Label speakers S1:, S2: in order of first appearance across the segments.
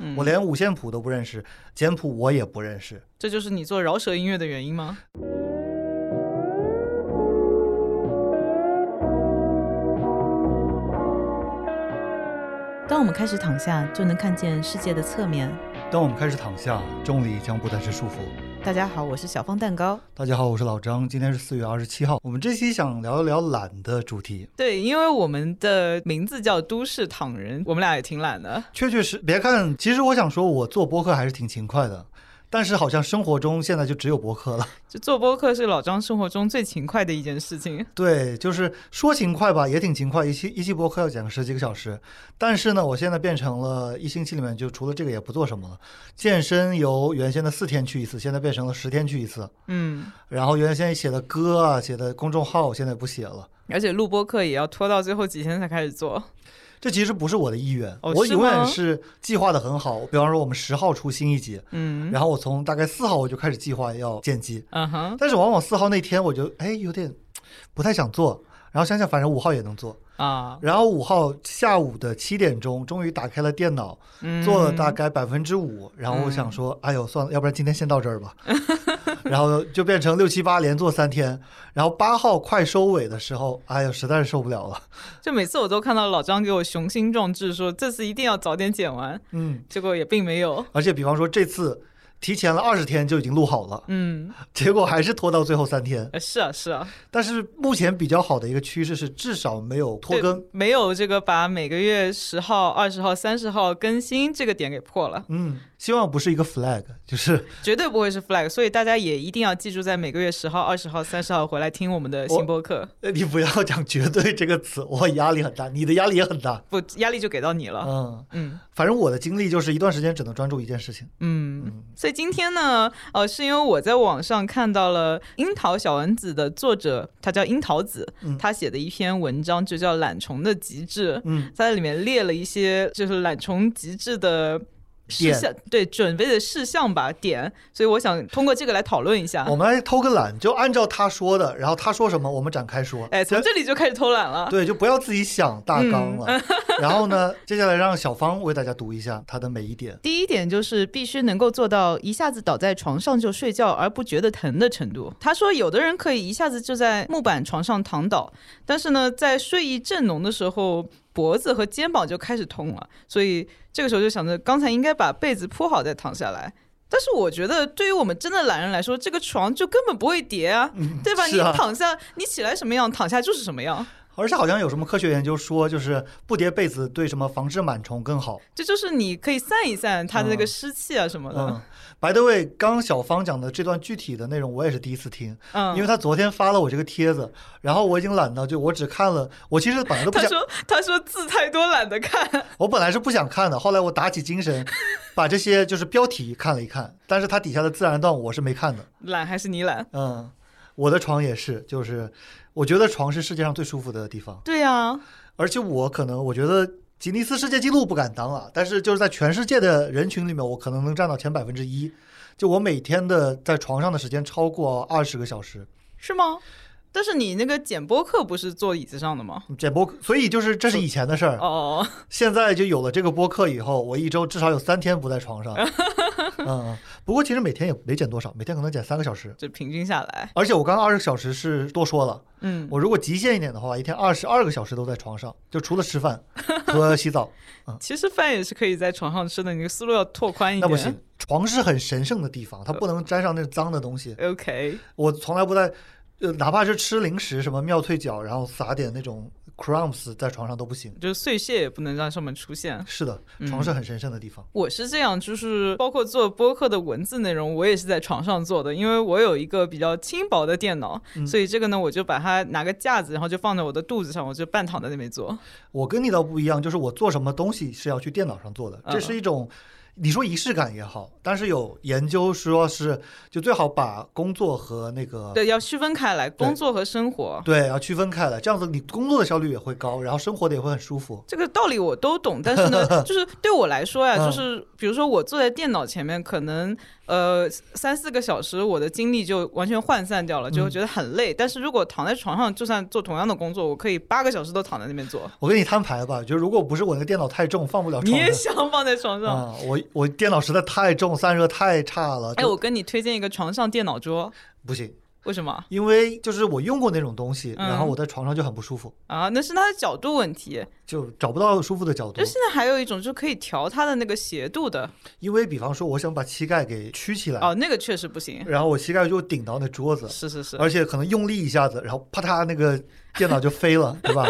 S1: 嗯
S2: 我连五线谱都不认识，简谱我也不认识。
S1: 这就是你做饶舌音乐的原因吗？当我们开始躺下，就能看见世界的侧面。
S2: 当我们开始躺下，重力将不再是束缚。
S1: 大家好，我是小方蛋糕。
S2: 大家好，我是老张，今天是四月二十七号。我们这期想聊一聊懒的主题，
S1: 对，因为我们的名字叫都市躺人，我们俩也挺懒的。
S2: 确确实，别看其实我想说，我做播客还是挺勤快的，但是好像生活中现在就只有播客了。
S1: 就做播客是老张生活中最勤快的一件事情。
S2: 对，就是说勤快吧，也挺勤快，一期一期播客要讲个十几个小时。但是呢，我现在变成了一星期里面就除了这个也不做什么了。健身由原先的四天去一次，现在变成了十天去一次。
S1: 嗯，
S2: 然后原先写的歌啊，写的公众号现在不写了。
S1: 而且录播客也要拖到最后几天才开始做。
S2: 这其实不是我的意愿，
S1: 哦
S2: 我
S1: 是
S2: 永远
S1: 吗
S2: 是计划的很好。比方说，我们十号出新一集，
S1: 嗯
S2: 然后我从大概四号我就开始计划要剪辑，
S1: 嗯哼
S2: 但是往往四号那天我就哎有点不太想做，然后想想反正五号也能做，
S1: 啊，
S2: 然后五号下午的七点钟终于打开了电脑，
S1: 嗯
S2: 做了大概百分之五，然后我想说，哎呦算了，要不然今天先到这儿吧， 然后就变成六七八连做三天，然后八号快收尾的时候，哎呦实在是受不了了，
S1: 就每次我都看到老张给我雄心壮志说这次一定要早点剪完，
S2: 嗯，
S1: 结果也并没有。
S2: 而且比方说这次提前了二十天就已经录好了，
S1: 嗯，
S2: 结果还是拖到最后三天。
S1: 呃是啊是啊，
S2: 但是目前比较好的一个趋势是，至少没有拖
S1: 对
S2: 更。
S1: 没有这个把每个月十号、二十号、三十号更新这个点给破了，
S2: 嗯，希望不是一个 flag，就是
S1: 绝对不会是 flag，所以大家也一定要记住，在每个月十号、二十号、三十号回来听我们的新播客，
S2: 呃你不要讲绝对这个词，我压力很大，你的压力也很大。
S1: 不压力就给到你了。
S2: 嗯，
S1: 嗯
S2: 反正我的经历就是一段时间只能专注一件事情。
S1: 嗯，所以今天呢，呃，是因为我在网上看到了《樱桃小丸子》的作者，他叫樱桃子，
S2: 嗯
S1: 他写的一篇文章就叫《懒虫的极致》，
S2: 嗯，
S1: 他在里面列了一些就是懒虫极致的事
S2: 点
S1: 项，对准备的事项吧点，所以我想通过这个来讨论一下
S2: 我。们来偷个懒，就按照他说的，然后他说什么我们展开说。
S1: 哎，从嗯
S2: 对
S1: 这里就开始偷懒了。
S2: 对，就不要自己想大纲了。
S1: 嗯
S2: 然后呢，接下来让小芳为大家读一下他的每一点。
S1: 第一点就是必须能够做到一下子倒在床上就睡觉而不觉得疼的程度。他说，有的人可以一下子就在木板床上躺倒，但是呢，在睡意正浓的时候，脖子和肩膀就开始痛了，所以这个时候就想着刚才应该把被子铺好再躺下来。但是我觉得，对于我们真的懒人来说，这个床就根本不会叠啊， 对吧？
S2: 是
S1: 你
S2: 啊
S1: 躺下，你起来什么样，躺下就是什么样。
S2: 而且好像有什么科学研究说，就是不叠被子对什么防治螨虫更好。
S1: 这就是你可以散一散它的那个
S2: 嗯
S1: 湿气啊什么的
S2: 嗯。，by the way，刚小芳讲的这段具体的内容我也是第一次听，
S1: 嗯，
S2: 因为她昨天发了我这个帖子，然后我已经懒到就我只看了，我其实本来都不
S1: 他
S2: 想，
S1: 说：“他说字太多，懒得看。
S2: 我本来是不想看的，后来我打起精 神，把这些就是标题看了一看，但是它底下的自然段我是没看的，
S1: 懒还是你懒？
S2: 嗯，我的床也是，就是我觉得床是世界上最舒服的地方，
S1: 对啊，
S2: 而且我可能我觉得。吉尼斯世界纪录不敢当啊，但是就是在全世界的人群里面，我可能能占到前百分之一。就我每天的在床上的时间超过二十个小时，
S1: 是吗？但是你那个剪播客不是坐椅子上的吗？
S2: 剪播客，所以就是这是以前的事儿，
S1: 哦，
S2: 现在就有了这个播客以后，我一周至少有三天不在床上。嗯，不过其实每天也没减多少，每天可能减三个小时。
S1: 就平均下来，
S2: 而且我刚刚二十个小时是多说了，
S1: 嗯，
S2: 我如果极限一点的话，一天二十二个小时都在床上，就除了吃 饭和洗澡，
S1: 其实饭也是可以在床上吃的，你的思路要拓宽一
S2: 那
S1: 点。
S2: 不行。床是很神圣的地
S1: 呃
S2: 方，它不能沾上那脏的东西。
S1: OK，
S2: 我从来不在，呃，哪怕是吃零食，什么妙脆角，然后撒点那种 crumbs 在床上都不行。
S1: 就是碎屑也不能让上面出现。
S2: 是的，
S1: 嗯
S2: 床是很神圣的地方。
S1: 我是这样，就是包括做播客的文字内容，我也是在床上做的，因为我有一个比较轻薄的电脑，所以这个呢，我就把它拿个架子，然后就放在我的肚子上，我就半躺在那边做。
S2: 我跟你倒不一样，就是我做什么东西是要去电脑上做的，
S1: 嗯
S2: 这是一种。你说仪式感也好，但是有研究说是就最好把工作和那个
S1: 对，要区分开来，工作和生活。
S2: 对要区分开来，这样子你工作的效率也会高，然后生活的也会很舒服。
S1: 这个道理我都懂，但是 呢，就是对我来说呀，
S2: 嗯
S1: 就是比如说我坐在电脑前面，可能呃三四个小时，我的精力就完全涣散掉了，
S2: 嗯
S1: 就会觉得很累。但是如果躺在床上，就算做同样的工作，我可以八个小时都躺在那边做。
S2: 我给你摊牌吧，就如果不是我那个电脑太重，放不了
S1: 你
S2: 床
S1: 也
S2: 的
S1: 想放在床上？
S2: 啊、我我电脑实在太重，散热太差了，
S1: 哎，
S2: 就
S1: 我跟你推荐一个床上电脑桌，
S2: 不行。
S1: 为什么
S2: 因为就是我用过那种东西，
S1: 嗯
S2: 然后我在床上就很不舒服，
S1: 啊？那是它的角度问题。
S2: 就找不到舒服的角度
S1: 就。现在还有一种就可以调它的那个斜度的，
S2: 因为比方说，我想把膝盖给曲起来，
S1: 哦，那个确实不行。
S2: 然后我膝盖就顶到那桌子，
S1: 是是是，
S2: 而且可能用力一下子，然后啪嗒，那个电脑就飞了，对 吧？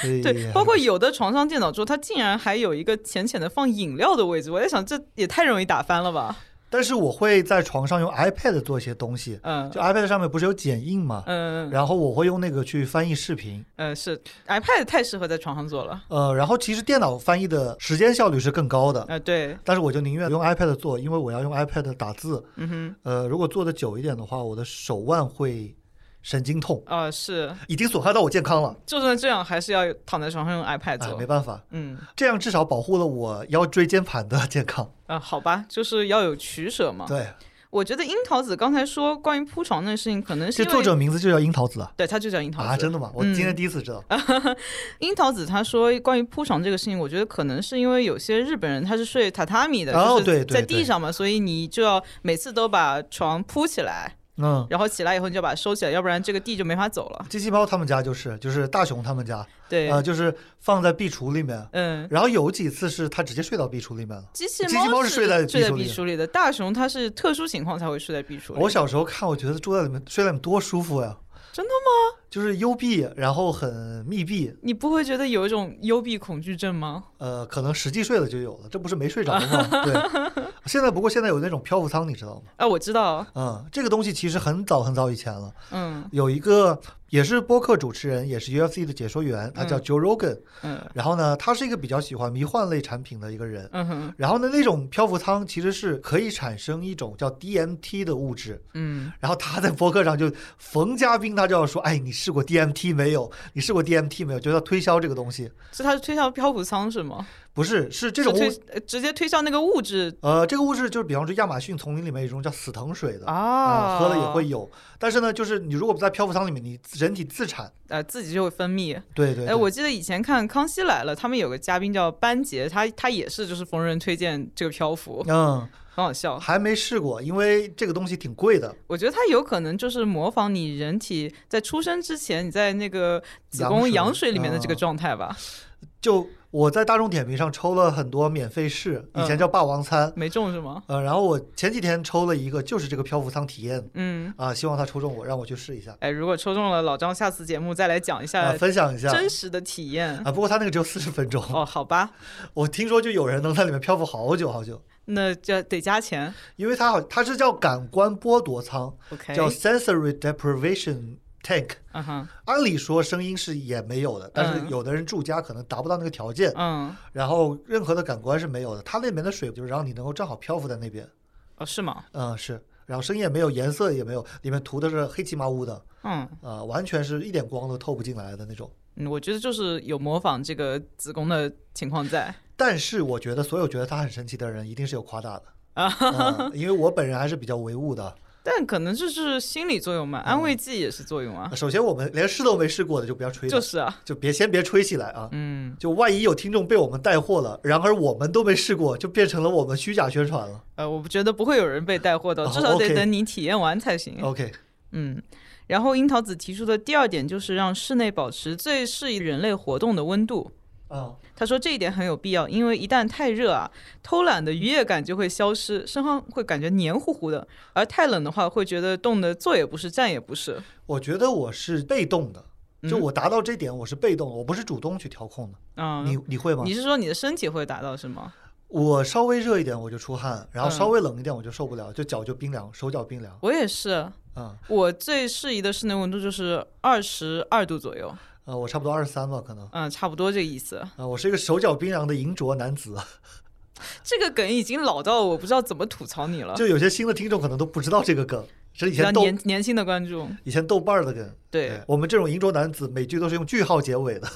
S2: 所以
S1: 对，包括有的床上电脑桌，它竟然还有一个浅浅的放饮料的位置，我在想这也太容易打翻了吧？
S2: 但是我会在床上用 iPad 做一些东西，
S1: 嗯
S2: 就 iPad 上面不是有剪映嘛，
S1: 嗯嗯
S2: 然后我会用那个去翻译视频。
S1: 嗯，是 iPad 太适合在床上做了。
S2: 呃，然后其实电脑翻译的时间效率是更高的，
S1: 呃，对，
S2: 但是我就宁愿用 iPad 做，因为我要用 iPad 打字。
S1: 嗯
S2: 呃，如果做的久一点的话，我的手腕会神经痛，
S1: 哼，啊是，
S2: 已经损害到我健康了。
S1: 就算这样，还是要躺在床上用 iPad
S2: 哎，
S1: 做。
S2: 没办法，
S1: 嗯
S2: 这样至少保护了我腰椎间盘的健康。
S1: 啊，好吧，就是要有取舍嘛。
S2: 对，
S1: 我觉得樱桃子刚才说关于铺床那事情，可能是
S2: 这
S1: 因为
S2: 作者名字就叫樱桃子啊。
S1: 对他就叫樱桃子嗯
S2: 啊，真的吗？我今天第一次知道。
S1: 樱桃子她说关于铺床这个事情，我觉得可能是因为有些日本人他是睡榻榻米的，
S2: 哦
S1: 就是
S2: 对对
S1: 在
S2: 对
S1: 地上嘛，所以你就要每次都把床铺起来，
S2: 嗯，
S1: 然后起来以后你就把它收起来，要不然这个地就没法走了。
S2: 机器猫他们家就是，就是大熊他们家，
S1: 对，
S2: 呃，就是放在壁橱里面。
S1: 嗯。
S2: 然后有几次是他直接睡到壁橱里面了。
S1: 机器
S2: 机器猫是睡在壁橱
S1: 在睡
S2: 里
S1: 壁
S2: 的
S1: 橱里的，大熊它是特殊情况才会睡在壁橱里。
S2: 我小时候看，我觉得住在里面睡在里面多舒服呀。
S1: 真的
S2: 吗？就是幽闭，然后很密闭，
S1: 你不会觉得有一种幽闭恐惧症吗？
S2: 呃，可能实际睡了就有了，这不是没睡着 吗？对。现在不过现在有那种漂浮舱，你知道吗？
S1: 啊，我知道，
S2: 嗯，这个东西其实很早很早以前了，
S1: 嗯
S2: 有一个也是播客主持人，也是 UFC 的解说员，他叫 Joe Rogan、
S1: 嗯
S2: 然后呢，他是一个比较喜欢迷幻类产品的一个人。
S1: 嗯哼
S2: 然后呢，那种漂浮舱其实是可以产生一种叫 DMT 的物质。
S1: 嗯，
S2: 然后他在博客上就逢嘉宾他就要说：“哎，你试过 DMT 没有？你试过 DMT 没有？”就要推销这个东西。
S1: 是它是推销漂浮舱是吗？
S2: 不是，是这种
S1: 是
S2: 物
S1: 推呃直接推销那个物质
S2: 呃，这个物质就是比方说亚马逊丛林里面有一种叫死藤水的。
S1: 啊，
S2: 喝了也会有，但是呢，就是你如果不在漂浮舱里面，你人体自产，
S1: 呃自己就会分泌。
S2: 对对对，
S1: 哎，我记得以前看《康熙来了》，他们有个嘉宾叫班杰，他他也是就是逢人推荐这个漂浮，
S2: 嗯，
S1: 很好笑。
S2: 还没试过，因为这个东西挺贵的，
S1: 我觉得他有可能就是模仿你人体在出生之前你在那个子
S2: 羊
S1: 宫
S2: 水
S1: 羊水里面的这个
S2: 啊
S1: 状态吧，
S2: 就我在大众点评上抽了很多免费试，以
S1: 嗯
S2: 前叫霸王餐，
S1: 没中是吗？
S2: 呃，然后我前几天抽了一个，就是这个漂浮舱体验
S1: 嗯，
S2: 啊、希望它抽中我，让我去试一下，
S1: 哎，如果抽中了，老张下次节目再来讲一
S2: 啊、
S1: 下
S2: 分享一下
S1: 真实的体 验。
S2: 啊。不过它那个只有四十分钟，
S1: 哦，好吧，
S2: 我听说就有人能在里面漂浮好久好久，
S1: 那这得加钱。
S2: 因为它好它是叫感官剥夺舱，
S1: OK，
S2: 叫 sensory deprivation tank。
S1: 嗯哼，
S2: 按理说声音是也没有的，但
S1: 嗯
S2: 是有的人住家可能达不到那个条件，
S1: 嗯，
S2: 然后任何的感官是没有的。它那边的水就是让你能够正好漂浮在那边，
S1: 哦，是吗？
S2: 嗯是，然后声音也没有，颜色也没有，里面涂的是黑漆麻乌的，
S1: 嗯。
S2: 啊、完全是一点光都透不进来的那种。
S1: 嗯，我觉得就是有模仿这个子宫的情况在。
S2: 但是我觉得所有觉得它很神奇的人一定是有夸大的。啊、因为我本人还是比较唯物的。
S1: 但可能就是心理作用嘛，安慰
S2: 嗯
S1: 剂也是作用啊，
S2: 首先，我们连试都没试过的就不要吹了，
S1: 就是啊，
S2: 就别先别吹起来啊！
S1: 嗯，
S2: 就万一有听众被我们带货了，然而我们都没试过，就变成了我们虚假宣传了。
S1: 呃，我不觉得不会有人被带货的，
S2: 哦
S1: 至少得
S2: OK 哦
S1: 等你体验完才行。
S2: OK，
S1: 嗯，然后樱桃子提出的第二点就是让室内保持最适宜人类活动的温度。
S2: 啊、
S1: 他说这一点很有必要，因为一旦太热啊，偷懒的愉悦感就会消失，身上会感觉黏糊糊的；而太冷的话，会觉得冻得坐也不是，站也不是。
S2: 我觉得我是被动的，就
S1: 嗯
S2: 我达到这点，我是被动的，我不是主动去调控的。
S1: 嗯，
S2: 你你会吗
S1: 你？是说你的身体会达到是吗？
S2: 我稍微热一点我就出汗，然后
S1: 嗯
S2: 稍微冷一点我就受不了，就脚就冰凉，手脚冰凉。
S1: 我也是，
S2: 啊、
S1: 我最适宜的室内温度就是二十二度左右，
S2: 呃，我差不多二十三吧，可能。啊、
S1: 嗯，差不多这个意思。
S2: 呃我是一个手脚冰凉的银镯男子，
S1: 啊这个梗已经老到我不知道怎么吐槽你了，
S2: 就有些新的听众可能都不知道这个梗，这是以
S1: 比较
S2: 前豆
S1: 年年轻的观众，
S2: 以前豆瓣儿的梗。哎
S1: 对
S2: 我们这种银镯男子，每句都是用句号结尾的。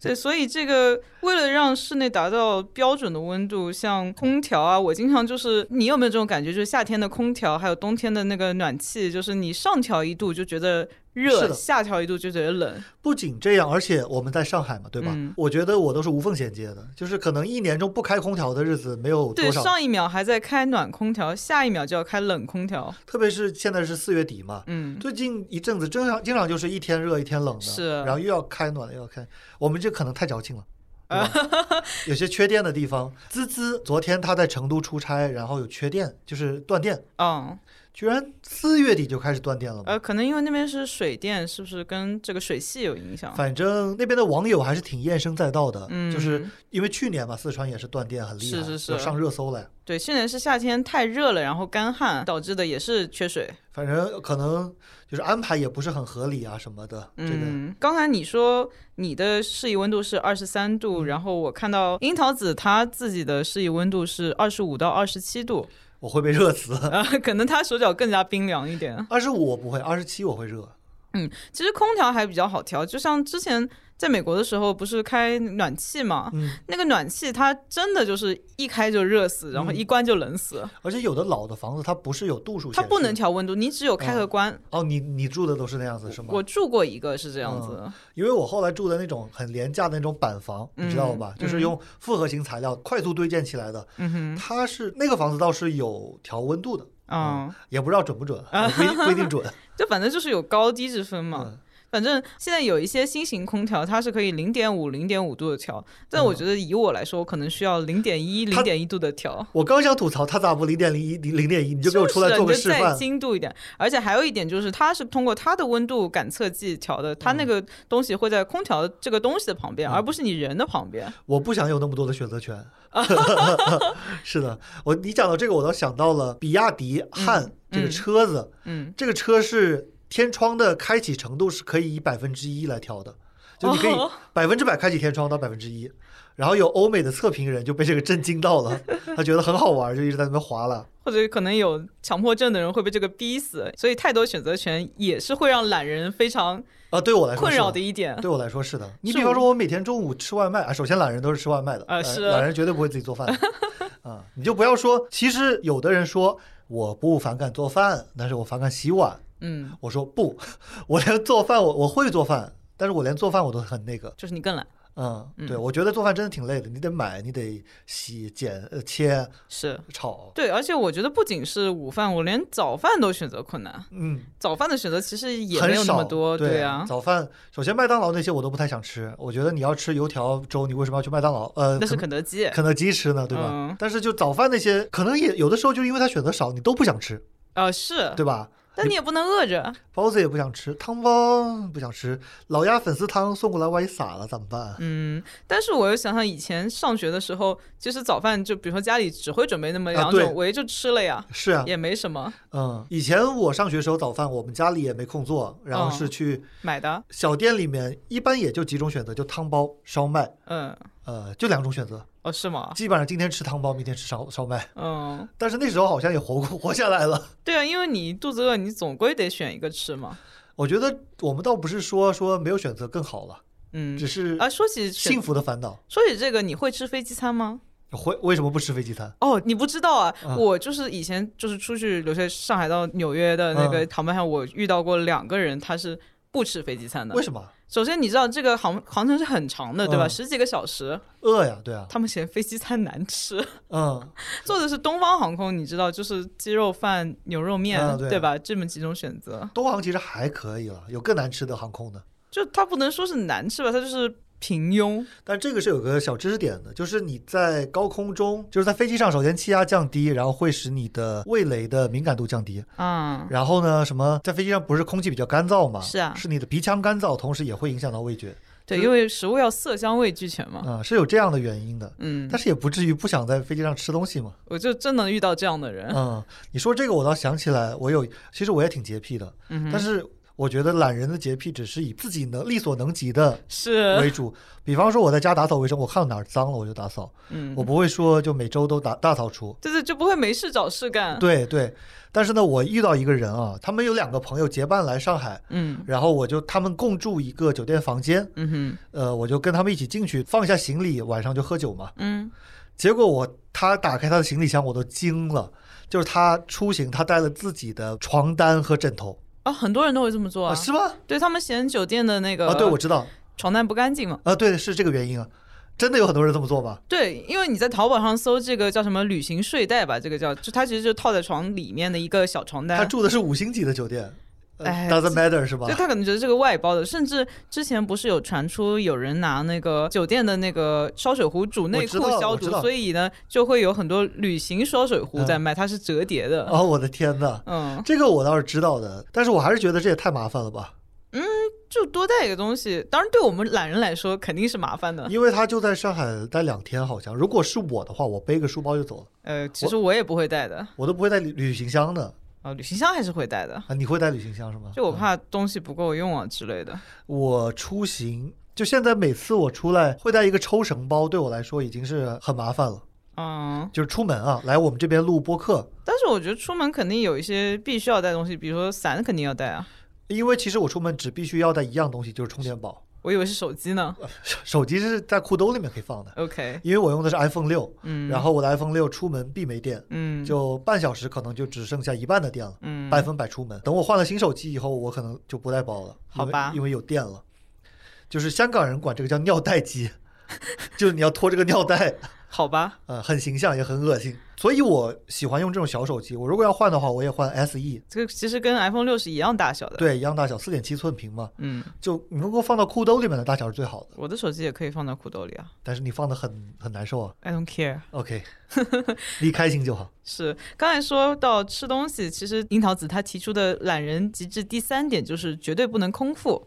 S1: 对，所以这个为了让室内达到标准的温度，像空调啊，我经常就是你有没有这种感觉，就是夏天的空调还有冬天的那个暖气，就是你上调一度就觉得
S2: 是
S1: 热，
S2: 的
S1: 下调一度就觉得冷。
S2: 不仅这样，而且我们在上海嘛，对吧？
S1: 嗯
S2: 我觉得我都是无缝衔接的，就是可能一年中不开空调的日子没有
S1: 对，
S2: 多少。
S1: 上一秒还在开暖空调，下一秒就要开冷空调。
S2: 特别是现在是四月底嘛，
S1: 嗯，
S2: 最近一阵子经常经常就是一天热一天冷的，
S1: 是
S2: 然后又要开暖了又要开，我们这可能太矫情了。对吧 有些缺电的地方，滋滋，昨天他在成都出差，然后有缺电，就是断电，
S1: 哦，
S2: 居然四月底就开始断电了嘛。
S1: 呃，可能因为那边是水电，是不是跟这个水系有影响？
S2: 反正那边的网友还是挺怨声载道的，
S1: 嗯
S2: 就是因为去年嘛，四川也是断电很厉害，
S1: 是是是
S2: 有上热搜了呀。
S1: 对，去年是夏天太热了，然后干旱导致的也是缺水。
S2: 反正可能就是安排也不是很合理啊什么的，这个
S1: 嗯，刚才你说你的适宜温度是二十三
S2: 嗯
S1: 度，然后我看到樱桃子她自己的适宜温度是二十五到二十七度，
S2: 我会被热死。
S1: 啊，可能她手脚更加冰凉一点。
S2: 二十五我不会，二十七我会热。
S1: 其实空调还比较好调，就像之前在美国的时候，不是开暖气嘛，
S2: 嗯
S1: 那个暖气它真的就是一开就热死，
S2: 嗯
S1: 然后一关就冷死，
S2: 而且有的老的房子它不是有度数显示
S1: 它
S2: 的，
S1: 不能调温度，你只有开和关。
S2: 哦，你你住的都是那样子是吗？
S1: 我住过一个是这
S2: 嗯
S1: 样子的，
S2: 因为我后来住的那种很廉价的那种板房，你知道吧？
S1: 嗯
S2: 就是用复合型材料快速堆建起来的，
S1: 嗯哼，
S2: 它是那个房子倒是有调温度的，
S1: 嗯，
S2: 也不知道准不准，
S1: 啊
S2: 不一定不一定 准。
S1: 就反正就是有高低之分嘛。
S2: 嗯
S1: 反正现在有一些新型空调，它是可以零点五、零点五度的调，但我觉得以我来说，我可能需要零点一、
S2: 嗯它
S1: 零点一度的调。
S2: 我刚想吐槽它咋不零点零一零零点一，你就给我出来做个
S1: 就是
S2: 示
S1: 你就再
S2: 范。
S1: 精度一点，而且还有一点就是，它是通过它的温度感测计调的，它
S2: 嗯
S1: 那个东西会在空调这个东西的旁边，而不是你人的旁边。
S2: 我不想有那么多的选择权。
S1: 啊
S2: 是的，我你讲到这个，我倒想到了比亚迪汉、这个车子，
S1: 嗯，
S2: 这个车是天窗的开启程度是可以以百分之一来调的，就你可以
S1: 哦
S2: 百分之百开启天窗到百分之一。然后有欧美的测评人就被这个震惊到 了，他觉得很好玩，就一直在那边划拉。
S1: 或者可能有强迫症的人会被这个逼死，所以太多选择权也是会让懒人非常
S2: 啊，对我来说
S1: 困
S2: 是
S1: 扰
S2: 的
S1: 的一点。
S2: 对我来说是的。你
S1: 是
S2: 比方
S1: 我
S2: 说，我每天中午吃外卖啊，首先懒人都是吃外卖的，
S1: 啊
S2: 呃
S1: 是
S2: 懒人绝对不会自己做 饭的啊。你就不要说，其实有的人说我不反感做饭，但是我反感洗碗。
S1: 嗯，
S2: 我说不，我连做饭我我会做饭，但是我连做饭我都很那个。
S1: 就是你更懒，
S2: 嗯，对，我觉得做饭真的挺累的，你得买，你得洗、剪、呃切、
S1: 是
S2: 炒。
S1: 对，而且我觉得不仅是午饭，我连早饭都选择困难。
S2: 嗯，
S1: 早饭的选择其实也
S2: 很
S1: 没有那么
S2: 少
S1: 多，
S2: 对
S1: 啊，
S2: 早饭首先麦当劳那些我都不太想吃，我觉得你要吃油条粥，你为什么要去麦当劳？呃，
S1: 那是
S2: 肯
S1: 肯德基。
S2: 肯德基吃呢，对吧？
S1: 嗯
S2: 但是就早饭那些，可能也有的时候就是因为他选择少，你都不想吃，
S1: 啊，是，
S2: 对吧？
S1: 但你也不能饿着。
S2: 包子也不想吃，汤包不想吃，老鸭粉丝汤送过来万一洒了怎么办？啊
S1: 嗯，但是我又想想以前上学的时候，就是早饭就比如说家里只会准备那么
S2: 啊
S1: 两
S2: 对
S1: 种，我也就吃了呀，
S2: 是啊，
S1: 也没什么
S2: 嗯，以前我上学时候早饭我们家里也没空做，然后
S1: 哦
S2: 是去
S1: 买的。
S2: 小店里面，一般也就几种选择，就汤包、烧麦，
S1: 嗯，
S2: 呃，就两种选择，
S1: 哦，是吗？
S2: 基本上今天吃汤包，明天吃烧烧麦。
S1: 嗯，
S2: 但是那时候好像也活过活下来了。
S1: 对啊，因为你肚子饿，你总归得选一个吃嘛。
S2: 我觉得我们倒不是说说没有选择更好了，
S1: 嗯
S2: 只，是
S1: 啊，说起选
S2: 幸福的烦恼。
S1: 说起这个，你会吃飞机餐吗？
S2: 会为什么不吃飞机餐？
S1: 哦，你不知道啊，
S2: 嗯
S1: 我就是以前就是出去留学，上海到纽约的那
S2: 啊
S1: 个航班上，我遇到过两个人，他是不吃飞机餐的
S2: 为。什么？
S1: 首先，你知道这个航航程是很长的，对吧？
S2: 嗯
S1: 十几个小时，
S2: 饿呀，对啊，
S1: 他们嫌飞机餐难吃，
S2: 嗯，
S1: 坐的是东方航空，你知道，就是鸡肉饭、牛肉面，
S2: 啊对啊
S1: 对吧？这么几种选择，
S2: 东航其实还可以了，有更难吃的航空的。
S1: 就它不能说是难吃吧，它就是平庸。
S2: 但这个是有个小知识点的，就是你在高空中，就是在飞机上，首先气压降低，然后会使你的味蕾的敏感度降低。
S1: 啊、
S2: 然后呢，什么在飞机上不是空气比较干燥嘛？
S1: 是啊
S2: 是你的鼻腔干燥，同时也会影响到味觉
S1: 对，
S2: 就是
S1: 因为食物要色香味俱全嘛。
S2: 啊、是有这样的原因的。
S1: 嗯，
S2: 但是也不至于不想在飞机上吃东西嘛。
S1: 我就真能遇到这样的人。
S2: 嗯，你说这个我倒想起来，我有，其实我也挺洁癖的，
S1: 嗯
S2: 但
S1: 哼，
S2: 是我觉得懒人的洁癖只是以自己能力所能及的
S1: 是，
S2: 为主。比方说我在家打扫卫生，我看到哪儿脏了我就打扫，
S1: 嗯，
S2: 我不会说就每周都打大扫除。
S1: 对对，就不会没事找事干。
S2: 对对，但是呢，我遇到一个人啊，他们有两个朋友结伴来上海，
S1: 嗯
S2: 然后我就他们共住一个酒店房间，
S1: 嗯哼，
S2: 呃，我就跟他们一起进去放下行李，晚上就喝酒嘛。
S1: 嗯，
S2: 结果我他打开他的行李箱，我都惊了，就是他出行他带了自己的床单和枕头，
S1: 啊，很多人都会这么做
S2: 啊，
S1: 啊，
S2: 是吗？
S1: 对他们嫌酒店的那
S2: 啊，对，我
S1: 个
S2: 知道，
S1: 床单不干净嘛。
S2: 啊，对，是这个原因啊，真的有很多人这么做吧？
S1: 对，因为你在淘宝上搜这个叫什么旅行睡袋吧，这个叫就它其实就套在床里面的一个小床单。
S2: 他住的是五星级的酒店、呃
S1: 啊哎
S2: d o e s n t matter 是吧
S1: 就？他可能觉得这个外包的，甚至之前不是有传出有人拿那个酒店的那个烧水壶煮内
S2: 我知
S1: 裤
S2: 道
S1: 消
S2: 我知
S1: 毒
S2: 道，
S1: 所以呢就会有很多旅行烧水壶在卖，它是折叠的。
S2: 哦，我的天呐，
S1: 嗯，
S2: 这个我倒是知道的，但是我还是觉得这也太麻烦了吧，
S1: 就多带一个东西，当然对我们懒人来说肯定是麻烦的。
S2: 因为他就在上海待两天，好像如果是我的话，我背个书包就走了，
S1: 呃，其实我也不会带的，
S2: 我都不会带旅旅行箱的
S1: 啊，旅行箱还是会带的，
S2: 啊，你会带旅行箱是吗？
S1: 就我
S2: 嗯
S1: 怕东西不够用啊之类的。
S2: 我出行，就现在每次我出来会带一个抽绳包，对我来说已经是很麻烦了。
S1: 嗯，
S2: 就是出门啊，来我们这边录播客，
S1: 但是我觉得出门肯定有一些必须要带东西，比如说伞肯定要带啊。
S2: 因为其实我出门只必须要带一样东西，就是充电宝。
S1: 我以为是手 机呢。
S2: 手机是在裤兜里面可以放的，
S1: OK，
S2: 因为我用的是 iPhone 六，
S1: 嗯，
S2: 然后我的 iPhone 六出门必没电，
S1: 嗯，
S2: 就半小时可能就只剩下一半的电了，
S1: 嗯
S2: 百分百出门。等我换了新手机以后，我可能就不带包了，
S1: 好吧
S2: 因为因为有电了。就是香港人管这个叫尿袋机， 就是你要拖这个尿袋，
S1: 好吧，
S2: 呃，很形象也很恶心，所以我喜欢用这种小手机。我如果要换的话，我也换 SE，
S1: 这个其实跟 iPhone 六是一样大小的。，
S2: 对，一样大小，四点七寸屏嘛，
S1: 嗯，
S2: 就你能够放到裤兜里面的大小是最好的，
S1: 我的手机也可以放到裤兜里啊。
S2: 但是你放的很很难受啊。
S1: I don't care。
S2: OK，你开心就好。
S1: 是，刚才说到吃东西，其实樱桃子她提出的懒人极致第三点就是绝对不能空腹。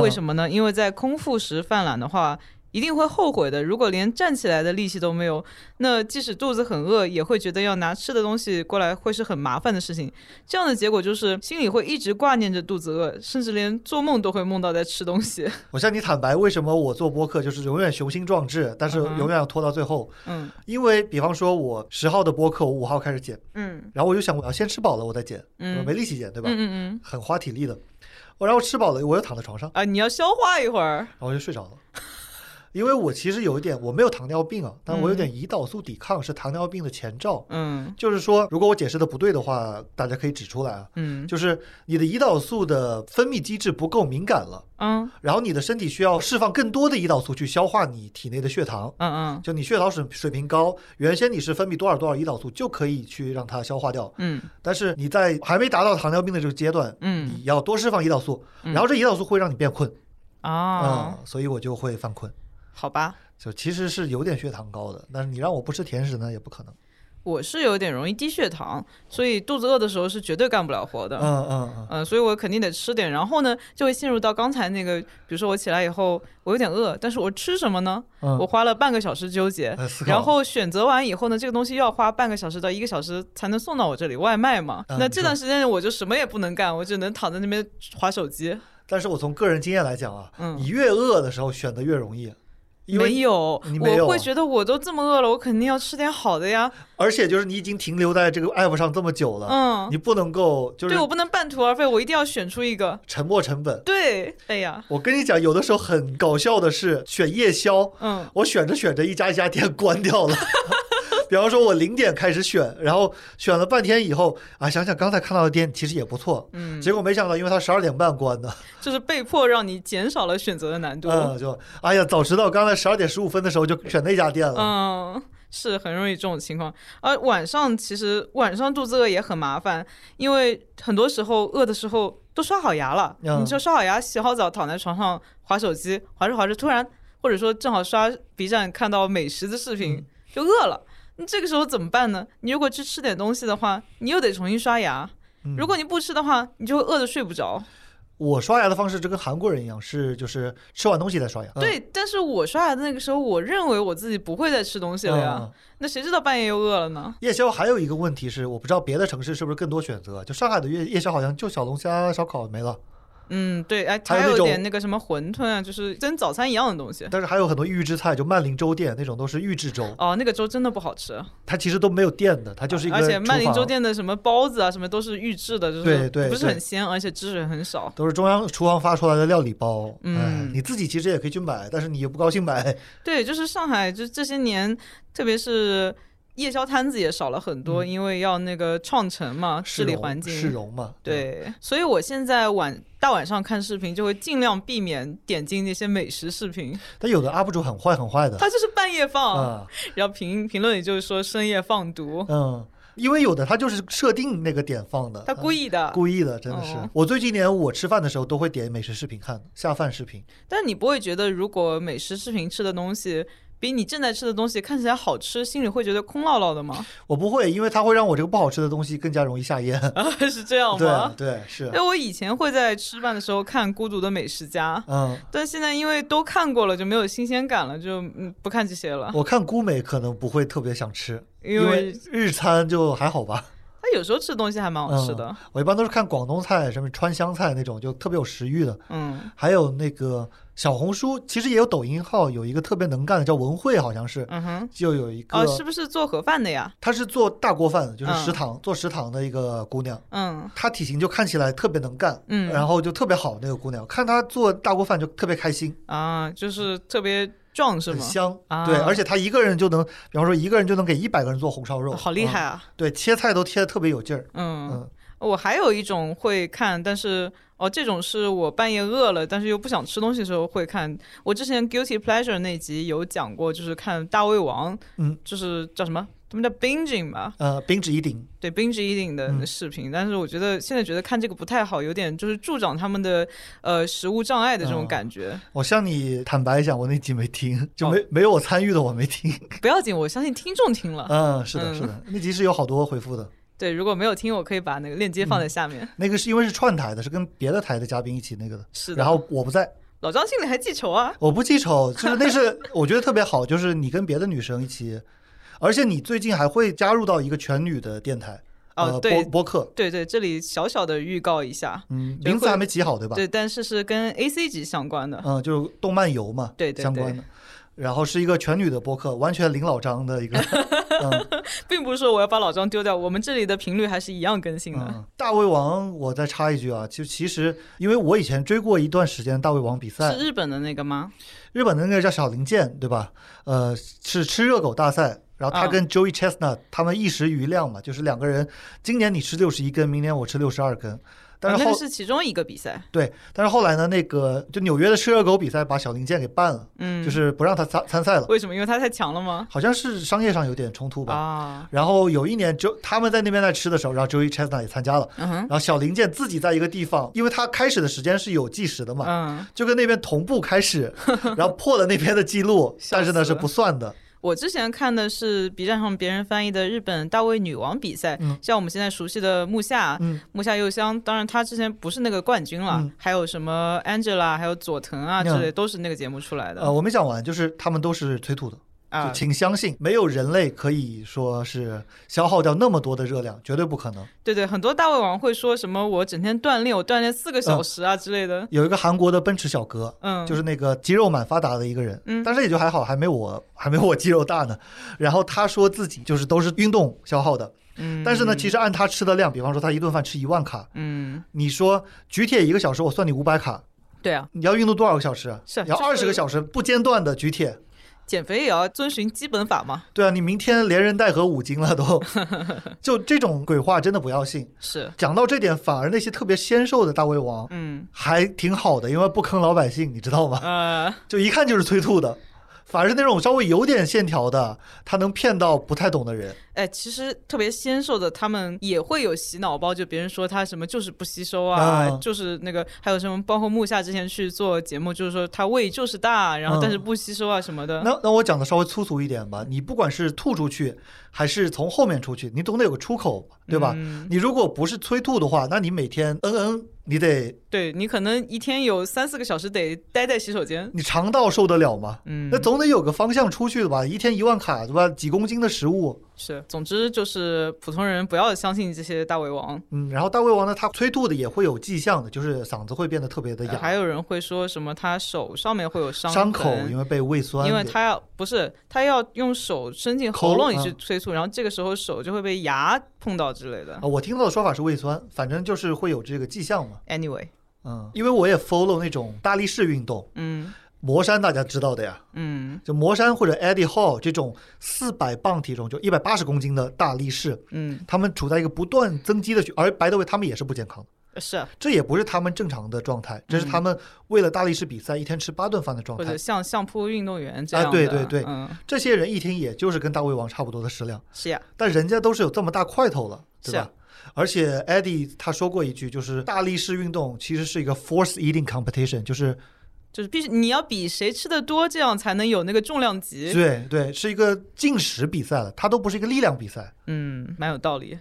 S1: 为什
S2: 么？
S1: 么呢？因为在空腹时犯懒的话，一定会后悔的。如果连站起来的力气都没有，那即使肚子很饿，也会觉得要拿吃的东西过来会是很麻烦的事情。这样的结果就是心里会一直挂念着肚子饿，甚至连做梦都会梦到在吃东西。
S2: 我向你坦白，为什么我做播客就是永远雄心壮志，但是
S1: 嗯哼
S2: 永远要拖到最后？
S1: 嗯
S2: 因为比方说，我十号的播客，我五号开始剪，
S1: 嗯
S2: 然后我就想我要先吃饱了我再剪，
S1: 嗯
S2: 我没力气剪，对吧？
S1: 嗯嗯嗯
S2: 很花体力的。我然后吃饱了，我又躺在床上，
S1: 啊，你要消化一会儿。
S2: 然后我就睡着了。因为我其实有一点，我没有糖尿病啊，但我有点胰岛素抵抗是糖尿病的前兆。
S1: 嗯
S2: 就是说，如果我解释的不对的话，大家可以指出来啊。
S1: 嗯
S2: 就是你的胰岛素的分泌机制不够敏感了，
S1: 嗯
S2: 然后你的身体需要释放更多的胰岛素去消化你体内的血糖。
S1: 嗯嗯
S2: 就你血糖水水平高，原先你是分泌多少多少胰岛素就可以去让它消化掉，
S1: 嗯
S2: 但是你在还没达到糖尿病的这个阶段，
S1: 嗯
S2: 你要多释放胰岛素，
S1: 嗯
S2: 然后这胰岛素会让你变困
S1: 啊，
S2: 啊、所以我就会犯困。
S1: 好吧。
S2: 就其实是有点血糖高的，但是你让我不吃甜食呢，也不可能。
S1: 我是有点容易低血糖，所以肚子饿的时候是绝对干不了活的。
S2: 嗯嗯嗯，
S1: 嗯，所以我肯定得吃点，然后呢，就会陷入到刚才那个，比如说我起来以后，我有点饿，但是我吃什么呢？
S2: 嗯
S1: 我花了半个小时纠结，
S2: 呃思考
S1: 然后选择完以后呢，这个东西要花半个小时到一个小时才能送到我这里，外卖嘛。
S2: 嗯
S1: 那
S2: 你
S1: 这段时间我就什么也不能干，我只能躺在那边划手机。
S2: 但是我从个人经验来讲啊，
S1: 嗯
S2: 你越饿的时候选的越容易，因为
S1: 没有，
S2: 你没有
S1: 我会
S2: 啊
S1: 觉得我都这么饿了，我肯定要吃点好的呀。
S2: 而且就是你已经停留在这个 app 上这么久了，
S1: 嗯，
S2: 啊你不能够就是
S1: 对我不能半途而废，我一定要选出一个。
S2: 沉没成本。
S1: 对，哎呀，
S2: 我跟你讲，有的时候很搞笑的是选夜宵，
S1: 嗯
S2: 我选着选着一家一家店关掉了。 比方说，我零点开始选，然后选了半天以后啊，想想刚才看到的店其实也不错，
S1: 嗯，
S2: 结果没想到因为它十二点半关的，
S1: 就是被迫让你减少了选择的难度。
S2: 嗯，就哎呀，早知道刚才十二点十五分的时候就选那家店了。
S1: 嗯，是很容易这种情况。而晚上其实晚上肚子饿也很麻烦，因为很多时候饿的时候都刷好牙了，
S2: 嗯
S1: 你就刷好牙、洗好澡，躺在床上划手机，划着划着，突然或者说正好刷 B 站看到美食的视
S2: 嗯
S1: 频，就饿了。你这个时候怎么办呢？你如果去吃点东西的话，你又得重新刷牙。
S2: 嗯
S1: 如果你不吃的话，你就会饿得睡不着。
S2: 我刷牙的方式就跟韩国人一样，是就是吃完东西再刷牙。嗯，
S1: 对，但是我刷牙的那个时候，我认为我自己不会再吃东西了呀。
S2: 嗯
S1: 那谁知道半夜又饿了呢？
S2: 夜宵还有一个问题是，我不知道别的城市是不是更多选择，就上海的夜夜宵好像就小龙虾、烧烤没了，
S1: 嗯，对，哎，
S2: 还有
S1: 还
S2: 那
S1: 有
S2: 种
S1: 点那个什么馄饨啊，就是跟早餐一样的东西。
S2: 但是还有很多预制菜，就曼玲粥店那种都是预制粥，
S1: 哦，那个粥真的不好吃，
S2: 它其实都没有店的，它就是一个
S1: 而且
S2: 厨
S1: 曼宁
S2: 房
S1: 粥店的什么包子啊，什么都是预制的，就是
S2: 对对
S1: 不是
S2: 对
S1: 很鲜，而且汁水很少。
S2: 都是中央厨房发出来的料理包，
S1: 嗯
S2: 哎你自己其实也可以去买，但是你又不高兴买，
S1: 对，就是上海，就这些年，特别是夜宵摊子也少了很
S2: 嗯
S1: 多，因为要那个创城嘛，治理
S2: 容
S1: 啊环境。
S2: 市容嘛，嗯
S1: 对，所以我现在晚大晚上看视频，就会尽量避免点进那些美食视频，
S2: 但有的 UP 主很坏很坏的
S1: 他就是半夜放，
S2: 啊，
S1: 然后评评论里就是说深夜放毒，
S2: 嗯，因为有的他就是设定那个点放的，
S1: 他故
S2: 意
S1: 意的。
S2: 故意的，真的是
S1: 哦。
S2: 我最近连我吃饭的时候都会点美食视频看，下饭视频。
S1: 但你不会觉得，如果美食视频吃的东西比你正在吃的东西看起来好吃，心里会觉得空落落的吗？
S2: 我不会，因为它会让我这个不好吃的东西更加容易下咽。
S1: 啊，是这样
S2: 对
S1: 吗？
S2: 对是
S1: 因，为我以前会在吃饭的时候看《孤独的美食家》，
S2: 嗯，
S1: 但现在因为都看过了，就没有新鲜感了，就嗯不看这些了。
S2: 我看孤美可能不会特别想吃，
S1: 因
S2: 因为
S1: 为
S2: 日餐就还好吧。
S1: 他有时候吃的东西还蛮好吃的，
S2: 我一般都是看广东菜，什么川湘菜那种，就特别有食欲的。
S1: 嗯
S2: 还有那个小红书，其实也有抖音号，有一个特别能干的叫文慧，好像是，
S1: 嗯哼，
S2: 就有一个
S1: 哦，，是不是做盒饭的呀？
S2: 她是做大锅饭的，就是
S1: 嗯
S2: 食堂做食堂的一个姑娘。
S1: 嗯
S2: 她体型就看起来特别能干，
S1: 嗯
S2: 然后就特别好那个姑娘，看她做大锅饭就特别开心，
S1: 啊，就是特别壮是
S2: 很
S1: 吗？
S2: 香，
S1: 啊
S2: 对，而且她一个人就能，比方说一个人就能给一百个人做红烧肉，
S1: 啊好厉害
S2: 嗯
S1: 啊！
S2: 对，切菜都切的特别有劲儿，
S1: 嗯，
S2: 嗯
S1: 我还有一种会看，但是哦，这种是我半夜饿了，但是又不想吃东西的时候会看。我之前 guilty pleasure 那集有讲过，就是看大胃王，
S2: 嗯，
S1: 就是叫什么？他们叫 binging 吧，
S2: 呃，冰指一顶，
S1: 对 binge eating 的
S2: 嗯
S1: 视频，但是我觉得现在觉得看这个不太好，有点就是助长他们的呃食物障碍的这种
S2: 啊
S1: 感觉。
S2: 我向你坦白一下，我那集没听， 就
S1: 哦
S2: 没、没有我参与的，我没听。
S1: 不要紧，我相信听众听了。
S2: 嗯，是的，
S1: 嗯
S2: 是的，那集是有好多回复的。
S1: 对，如果没有听，我可以把那个链接
S2: 嗯
S1: 放在下面。
S2: 那个是因为是串台的，是跟别的台的嘉宾一起那个的。
S1: 是的，
S2: 然后我不在，
S1: 老张心里还记仇啊。
S2: 我不记仇，就是那是我觉得特别好，就是你跟别的女生一起，而且你最近还会加入到一个全女的电台，
S1: 哦
S2: 呃，
S1: 对
S2: 播播客，
S1: 对对，这里小小的预告一下，
S2: 嗯，
S1: 就
S2: 名字
S1: 会
S2: 还没起好，对吧？
S1: 对，但是是跟 A C 级相关的。
S2: 嗯，就是动漫游嘛，
S1: 对对
S2: 相关
S1: 对
S2: 的。然后是一个全女的播客，完全零老张的一 个，嗯
S1: 并不是说我要把老张丢掉，我们这里的频率还是一样更新的。
S2: 嗯。大胃王，我再插一句啊，就其实因为我以前追过一段时间大胃王比赛
S1: 是，日本的那个吗？
S2: 日本的那个叫小林健，对吧？呃，是吃热狗大赛，然后他
S1: 嗯
S2: 跟 Joey Chestnut 他们一时瑜亮嘛，就是两个人，今年你吃六十一根，明年我吃六十二根。但
S1: 啊
S2: 是
S1: 那
S2: 后、
S1: 个是其中一个比赛。
S2: 对，但是后来呢，那个就纽约的吃热狗比赛把小林健给办了，
S1: 嗯，
S2: 就是不让他参参赛了，
S1: 为什么？因为他太强了吗？
S2: 好像是商业上有点冲突吧。
S1: 啊，
S2: 然后有一年就他们在那边在吃的时候，然后 Joey Chestnut 也参加了，
S1: 嗯哼，
S2: 然后小林健自己在一个地方，因为他开始的时间是有计时的嘛，
S1: 嗯。
S2: 就跟那边同步开 始，然后破了那边的记录，但是呢
S1: 笑死
S2: 是不算的。
S1: 我之前看的是 B 站上别人翻译的日本大胃女王比赛，
S2: 嗯
S1: 像我们现在熟悉的木下、
S2: 嗯
S1: 木下佑香，当然她之前不是那个冠军了，
S2: 嗯
S1: 还有什么 Angela，还有佐藤啊之类，都是那个节目出来的、
S2: 呃，我没讲完，就是他们都是催吐的，就
S1: 啊。
S2: 请相信，没有人类可以说是消耗掉那么多的热量，绝对不可能。
S1: 对对，很多大胃王会说什么我整天锻炼，我锻炼四个小时啊之类的，
S2: 有一个韩国的奔驰小哥，
S1: 嗯，
S2: 嗯就是那个肌肉蛮发达的一个人，
S1: 嗯
S2: 但是也就还好，还没我 还没我肌肉大呢。然后他说自己就是都是运动消耗的，
S1: 嗯，
S2: 但是呢，其实按他吃的量，比方说他一顿饭吃一万卡，
S1: 嗯，
S2: 你说举铁一个小时，我算你五百卡，
S1: 对啊，
S2: 你要运动多少个小时啊？
S1: 是
S2: 你要
S1: 就
S2: 二十
S1: 是
S2: 个小时不间断的举铁，
S1: 减肥也要遵循基本法嘛，
S2: 对啊，你明天连人带和五斤了 都，就这种鬼话真的不要信。
S1: 是，
S2: 讲到这点，反而那些特别纤瘦的大胃王
S1: 嗯，
S2: 还挺好的，因为不坑老百姓，你知道吗？
S1: 呃，
S2: 就一看就是催吐的，反而是那种稍微有点线条的，他能骗到不太懂的人。
S1: 哎，其实特别纤瘦的，他们也会有洗脑包，就别人说他什么就是不吸收啊，
S2: 啊
S1: 就是那个，还有什么，包括木下之前去做节目，就是说他胃就是大，然后
S2: 嗯
S1: 但是不吸收啊什么的。
S2: 那那我讲的稍微粗俗一点吧，你不管是吐出去，还是从后面出去，你总得有个出口，对吧？
S1: 嗯
S2: 你如果不是催吐的话，那你每天嗯嗯，你得
S1: 对你可能一天有三四个小时得待在洗手间，
S2: 你肠道受得了吗？
S1: 嗯
S2: 那，总得有个方向出去的吧？一天一万卡对吧？几公斤的食物，
S1: 是，总之就是普通人不要相信这些大胃王。
S2: 嗯，然后大胃王呢，他催吐的也会有迹象的，就是嗓子会变得特别的
S1: 还
S2: 哑，
S1: 有人会说什么他手上面会有伤
S2: 伤
S1: 伤
S2: 口因为被胃酸
S1: 因为
S2: 给
S1: 他要不是他要用手伸进
S2: 抠
S1: 喉咙里去
S2: 嗯
S1: 催促，然后这个时候手就会被牙碰到之类的
S2: 啊，。我听到的说法是胃酸，反正就是会有这个迹象嘛，
S1: Anyway，
S2: 嗯，因为我也 follow 那种大力士运动，
S1: 嗯
S2: 魔山大家知道的呀，
S1: 嗯
S2: 就魔山或者 Eddie Hall 这种四百磅体重，就一百八十公斤的大力士，
S1: 嗯，
S2: 他们处在一个不断增肌的区，而白德维他们也是不健康的，
S1: 是啊
S2: 这也不是他们正常的状态，这是他们为了大力士比赛一天吃八顿饭的状
S1: 嗯或
S2: 态
S1: 者。像相扑运动员这
S2: 啊
S1: 样的，
S2: 对对对
S1: 嗯，
S2: 这些人一听也就是跟大胃王差不多的食量，
S1: 是呀，
S2: 但人家都是有这么大块头了，对
S1: 是
S2: 吧
S1: 啊？
S2: 而且 Eddie 他说过一句，就是大力士运动其实是一个 force eating competition，就是
S1: 就是必须你要比谁吃的多，这样才能有那个重量级，
S2: 对对，是一个进食比赛了，它都不是一个力量比赛。
S1: 嗯，蛮有道理。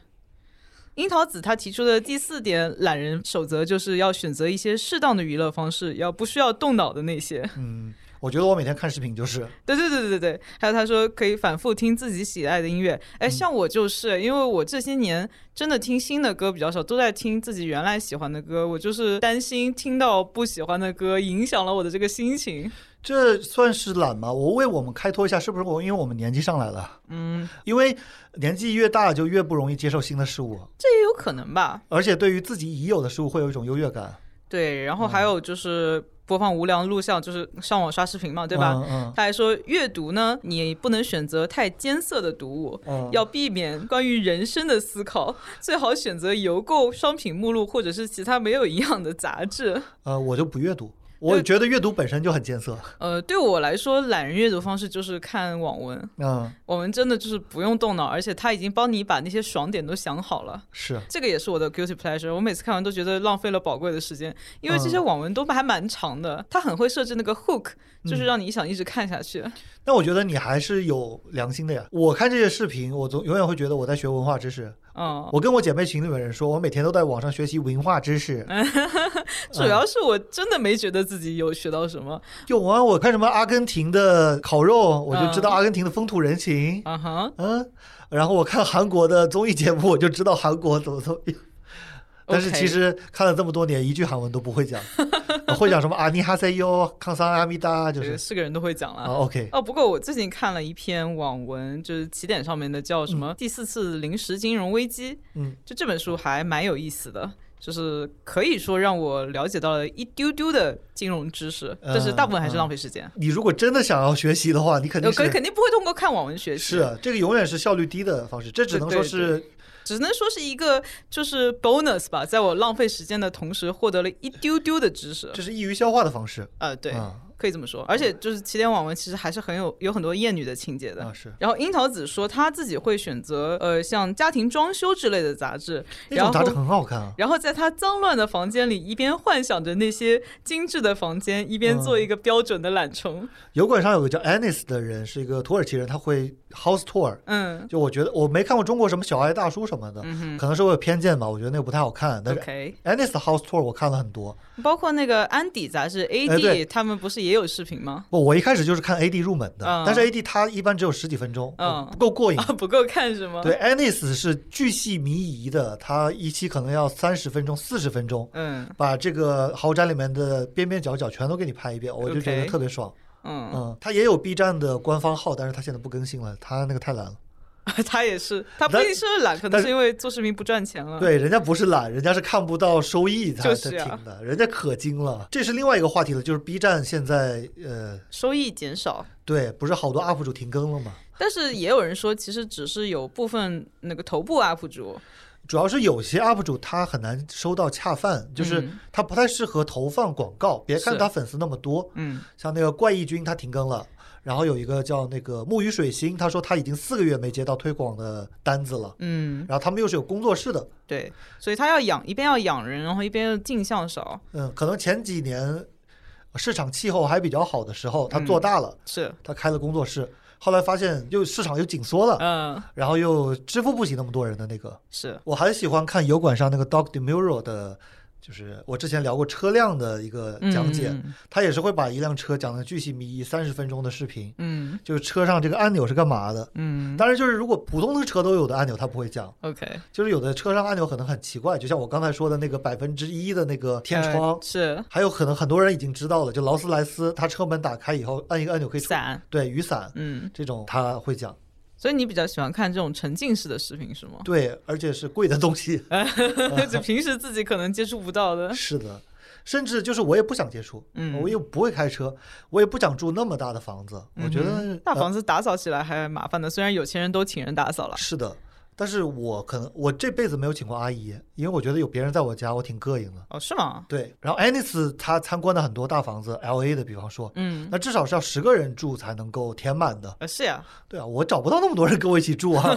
S1: 樱桃子他提出的第四点懒人守则，就是要选择一些适当的娱乐方式，要不需要动脑的那些。
S2: 嗯，我觉得我每天看视频就是，
S1: 对对对对对对，还有他说可以反复听自己喜爱的音乐。哎，像我就是，因为我这些年真的听新的歌比较少，都在听自己原来喜欢的歌。我就是担心听到不喜欢的歌影响了我的这个心情。
S2: 这算是懒吗？我为我们开脱一下，是不是我因为我们年纪上来了，
S1: 嗯，
S2: 因为年纪越大就越不容易接受新的事物，
S1: 这也有可能吧。
S2: 而且对于自己已有的事物会有一种优越感，
S1: 对，然后还有就是播放无良录像，就是上网刷视频嘛，对吧？
S2: 嗯嗯
S1: 他还说，阅读呢，你不能选择太艰涩的读物，
S2: 嗯，
S1: 要避免关于人生的思考，最好选择邮购商品目录或者是其他没有营养的杂志。
S2: 呃，我就不阅读，我觉得阅读本身就很艰涩。
S1: 呃，对我来说，懒人阅读方式就是看网文，
S2: 嗯，
S1: 我们真的就是不用动脑，而且他已经帮你把那些爽点都想好了。
S2: 是，
S1: 这个也是我的 guilty pleasure，我每次看完都觉得浪费了宝贵的时间，因为这些网文都还蛮长的，它很会设置那个 hook，就是让你想一直看下去。
S2: 那我觉得你还是有良心的呀。我看这些视频，我总永远会觉得我在学文化知识。
S1: 嗯，
S2: 我跟我姐妹群里面人说，我每天都在网上学习文化知识。
S1: 嗯
S2: 嗯
S1: 主要是我真的没觉得自己有学到什么。
S2: 有啊，我看什么阿根廷的烤肉，我就知
S1: 嗯
S2: 道阿根廷的风土人情。
S1: 啊哈，
S2: 嗯，然后我看韩国的综艺节目，我就知道韩国怎么怎么样。但是
S1: OK
S2: 其实看了这么多年，一句韩文都不会 讲，会讲什么啊尼哈塞哟、康桑阿米达，就
S1: 这个
S2: 是
S1: 是个人都会讲
S2: 啊
S1: 了。
S2: OK，
S1: 哦，不过我最近看了一篇网文，就是起点上面的，叫什么《第四次临时金融危机》。
S2: 嗯，
S1: 就这本书还蛮有意思的，就是可以说让我了解到了一丢丢的金融知识，
S2: 嗯
S1: 但是大部分还是浪费时间。
S2: 你如果真的想要学习的话，嗯你肯定
S1: 呃肯
S2: 是
S1: 肯定不会通过看网文学习，
S2: 是啊这个永远是效率低的方式，这只能说
S1: 对对
S2: 是
S1: 只能说是一个就是 bonus 吧，在我浪费时间的同时，获得了一丢丢的知识。
S2: 这是易于消化的方式。
S1: 呃，对，
S2: 啊
S1: 可以这么说。而且就是起点网文其实还是很有有很多厌女的情节的。
S2: 啊是
S1: 然后樱桃子说她自己会选择呃像家庭装修之类的杂志，
S2: 那种
S1: 然
S2: 杂志
S1: 后。
S2: 很好看啊。
S1: 然后在她脏乱的房间里，一边幻想着那些精致的房间，一边
S2: 嗯
S1: 做一个标准的懒虫。
S2: 油管上有个叫 Anis 的人，是一个土耳其人，他会 house tour。
S1: 嗯
S2: 就我觉得我没看过中国什么小爱大叔什么的，可能是我有偏见吧，我觉得那个不太好看。但是
S1: OK，
S2: Anis 的 house tour 我看了很多，
S1: 包括那个安迪杂志 AD，、
S2: 哎对
S1: 他们不是也有视频吗？
S2: 我我一开始就是看 AD 入门的，
S1: 嗯
S2: 但是 AD 它一般只有十几分钟，
S1: 嗯
S2: 不够过瘾
S1: 啊。，不够看是吗？
S2: 哎对，Anis 是巨细靡遗的，它一期可能要三十分钟、四十分钟，
S1: 嗯
S2: 把这个豪宅里面的边边角角全都给你拍一遍，我就觉得
S1: OK
S2: 特别爽。
S1: 嗯，
S2: 嗯，它也有 B 站的官方号，但是它现在不更新了，它那个太懒了。
S1: 他也是，他不一定是懒，可能
S2: 但
S1: 是因为做视频不赚钱了。
S2: 对，人家不是懒，人家是看不到收益才
S1: 嗯就
S2: 才
S1: 是啊
S2: 停的，人家可精了。这是另外一个话题了，就是 B 站现在呃，
S1: 收益减少。
S2: 对，不是好多 UP 主停更了嘛？
S1: 但是也有人说，其实只是有部分那个头部 UP 主，
S2: 主要是有些 UP 主他很难收到恰饭，就是
S1: 嗯
S2: 他不太适合投放广告。别看
S1: 是
S2: 他粉丝那么多，
S1: 嗯，
S2: 像那个怪异君他停更了，然后有一个叫那个木鱼水星，他说他已经四个月没接到推广的单子了。
S1: 嗯，
S2: 然后他们又是有工作室的，
S1: 对，所以他要养，一边要养人，然后一边又进项少，
S2: 嗯，可能前几年市场气候还比较好的时候，
S1: 嗯
S2: 他做大了，
S1: 是，
S2: 他开了工作室，后来发现又市场又紧缩了，
S1: 嗯，
S2: 然后又支付不起那么多人的那个。
S1: 是，
S2: 我很喜欢看油管上那个 Doc Demuro 的，就是我之前聊过车辆的一个呃讲解，
S1: 嗯
S2: 他也是会把一辆车讲的巨细靡遗，三十分钟的视频，
S1: 嗯
S2: 就是车上这个按钮是干嘛的。
S1: 嗯
S2: 当然，就是如果普通的车都有的按钮，他不会讲。
S1: ，OK，
S2: 就是有的车上按钮可能很奇怪，就像我刚才说的那个百分之一的那个天窗，
S1: 呃是
S2: 还有可能很多人已经知道了，就劳斯莱斯，它车门打开以后按一个按钮可以出，
S1: 伞，
S2: 对雨伞
S1: 嗯，
S2: 这种他会讲，
S1: 所以你比较喜欢看这种沉浸式的视频是 吗？
S2: 对，而且是贵的东西，
S1: 就平时自己可能接触不到的，
S2: 是的。甚至就是我也不想接触，
S1: 嗯
S2: 我又不会开车，我也不想住那么大的房子，我觉得
S1: 嗯大
S2: 呃
S1: 房子打扫起来还麻烦的，虽然有钱人都请人打扫了。
S2: 是的，但是我可能我这辈子没有请过阿姨，因为我觉得有别人在我家，我挺膈应的。
S1: 哦，是吗？
S2: 对，然后 Anis 他参观了很多大房子，L A 的，比方说，
S1: 嗯，
S2: 那至少是要十个人住才能够填满的。
S1: 呃，是呀，
S2: 对啊，我找不到那么多人跟我一起住 啊，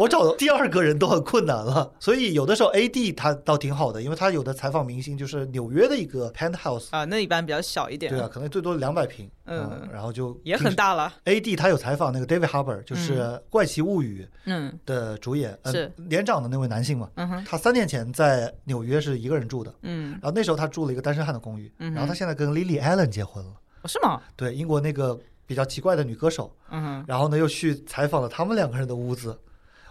S2: 我找第二个人都很困难了。所以有的时候 AD 他倒挺好的，因为他有的采访明星就是纽约的一个 penthouse，
S1: 啊，那一般比较小一点，
S2: 对啊，可能最多两百平，
S1: 嗯
S2: 然后就
S1: 也
S2: 平
S1: 很
S2: 时。
S1: 大了。
S2: AD 他有采访那个 David Harbour，就是《怪奇物语》
S1: 嗯
S2: 的主演，呃
S1: 是
S2: 年长的那位男性嘛。
S1: 嗯哼，
S2: 他三年前在纽约是一个人住的，
S1: 嗯，
S2: 然后那时候他住了一个单身汉的公寓，
S1: 嗯哼
S2: 然后他现在跟 Lily Allen 结婚了，
S1: 哦是吗？
S2: 对，英国那个比较奇怪的女歌手。
S1: 嗯哼，
S2: 然后呢，又去采访了他们两个人的屋子。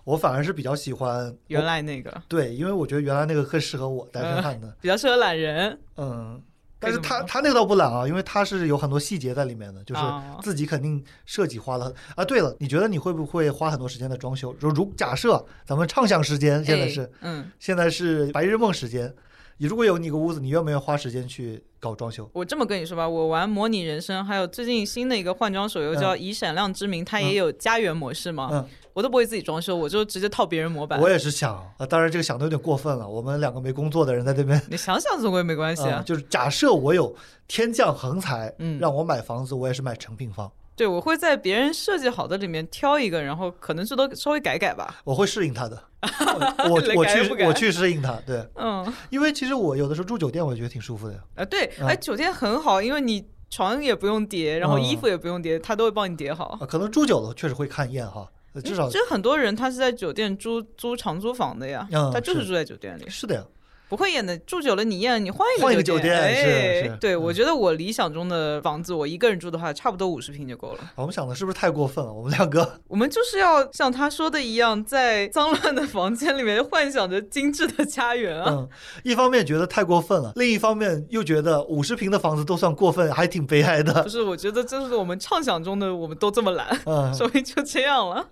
S2: 我反而是比较喜欢
S1: 原
S2: 来
S1: 来嗯那个
S2: 对，因为我觉得原来那个更适合我单身汉的，
S1: 比较适合懒人。
S2: 嗯。但是
S1: 可以这
S2: 他
S1: 么说
S2: 他那个倒不懒啊，因为他是有很多细节在里面的，就是
S1: 哦
S2: 自己肯定设计花了很啊。对了，你觉得你会不会花很多时间在装修？如如假设咱们畅想时间现在
S1: 哎
S2: 是、
S1: 嗯，
S2: 现在是白日梦时间，你如果有你一个屋子，你愿不愿意花时间去搞装修？
S1: 我这么跟你说吧，我玩模拟人生，还有最近新的一个换装手游叫《以闪亮之名》，它也有家园模式嘛，
S2: 嗯，
S1: 我都不会自己装修，我就直接套别人模板
S2: 我。也是想啊，当然这个想的有点过分了，我们两个没工作的人在这边
S1: 你想想总归没关系
S2: 啊，
S1: 啊。
S2: 就是假设我有天降横财，
S1: 嗯
S2: 让我买房子，我也是买成平方，
S1: 对，我会在别人设计好的里面挑一个，然后可能最多稍微改改吧。
S2: 我会适应他 的。我我
S1: 来
S2: 我
S1: 改不
S2: 去
S1: 改
S2: 我去适应他，对，
S1: 嗯，
S2: 因为其实我有的时候住酒店，我也觉得挺舒服的呀。
S1: 啊，对，
S2: 嗯
S1: 哎，酒店很好，因为你床也不用叠，然后衣
S2: 嗯
S1: 服也不用叠，他都会帮你叠好。
S2: 啊，可能住久了确实会看厌哈，呃至少
S1: 其实很多人他是在酒店租租长租房的呀，
S2: 嗯
S1: 他就是
S2: 是
S1: 住在酒店里，
S2: 是的呀。
S1: 不会演的。住久了你厌，你换一
S2: 换一
S1: 个
S2: 个
S1: 酒
S2: 酒店
S1: 哎，
S2: 是嗯是
S1: 对，我觉得我理想中的房子，我一个人住的话，差不多五十平就够了。
S2: 啊我们想的是不是太过分了？我们两个
S1: 我们就是要像他说的一样，在脏乱的房间里面幻想着精致的家园啊。
S2: 嗯，一方面觉得太过分了，另一方面又觉得五十平的房子都算过分，还挺悲哀
S1: 不
S2: 的。
S1: 是，我觉得这是我们畅想中的，我们都这么懒，
S2: 嗯，
S1: 所以就这样了。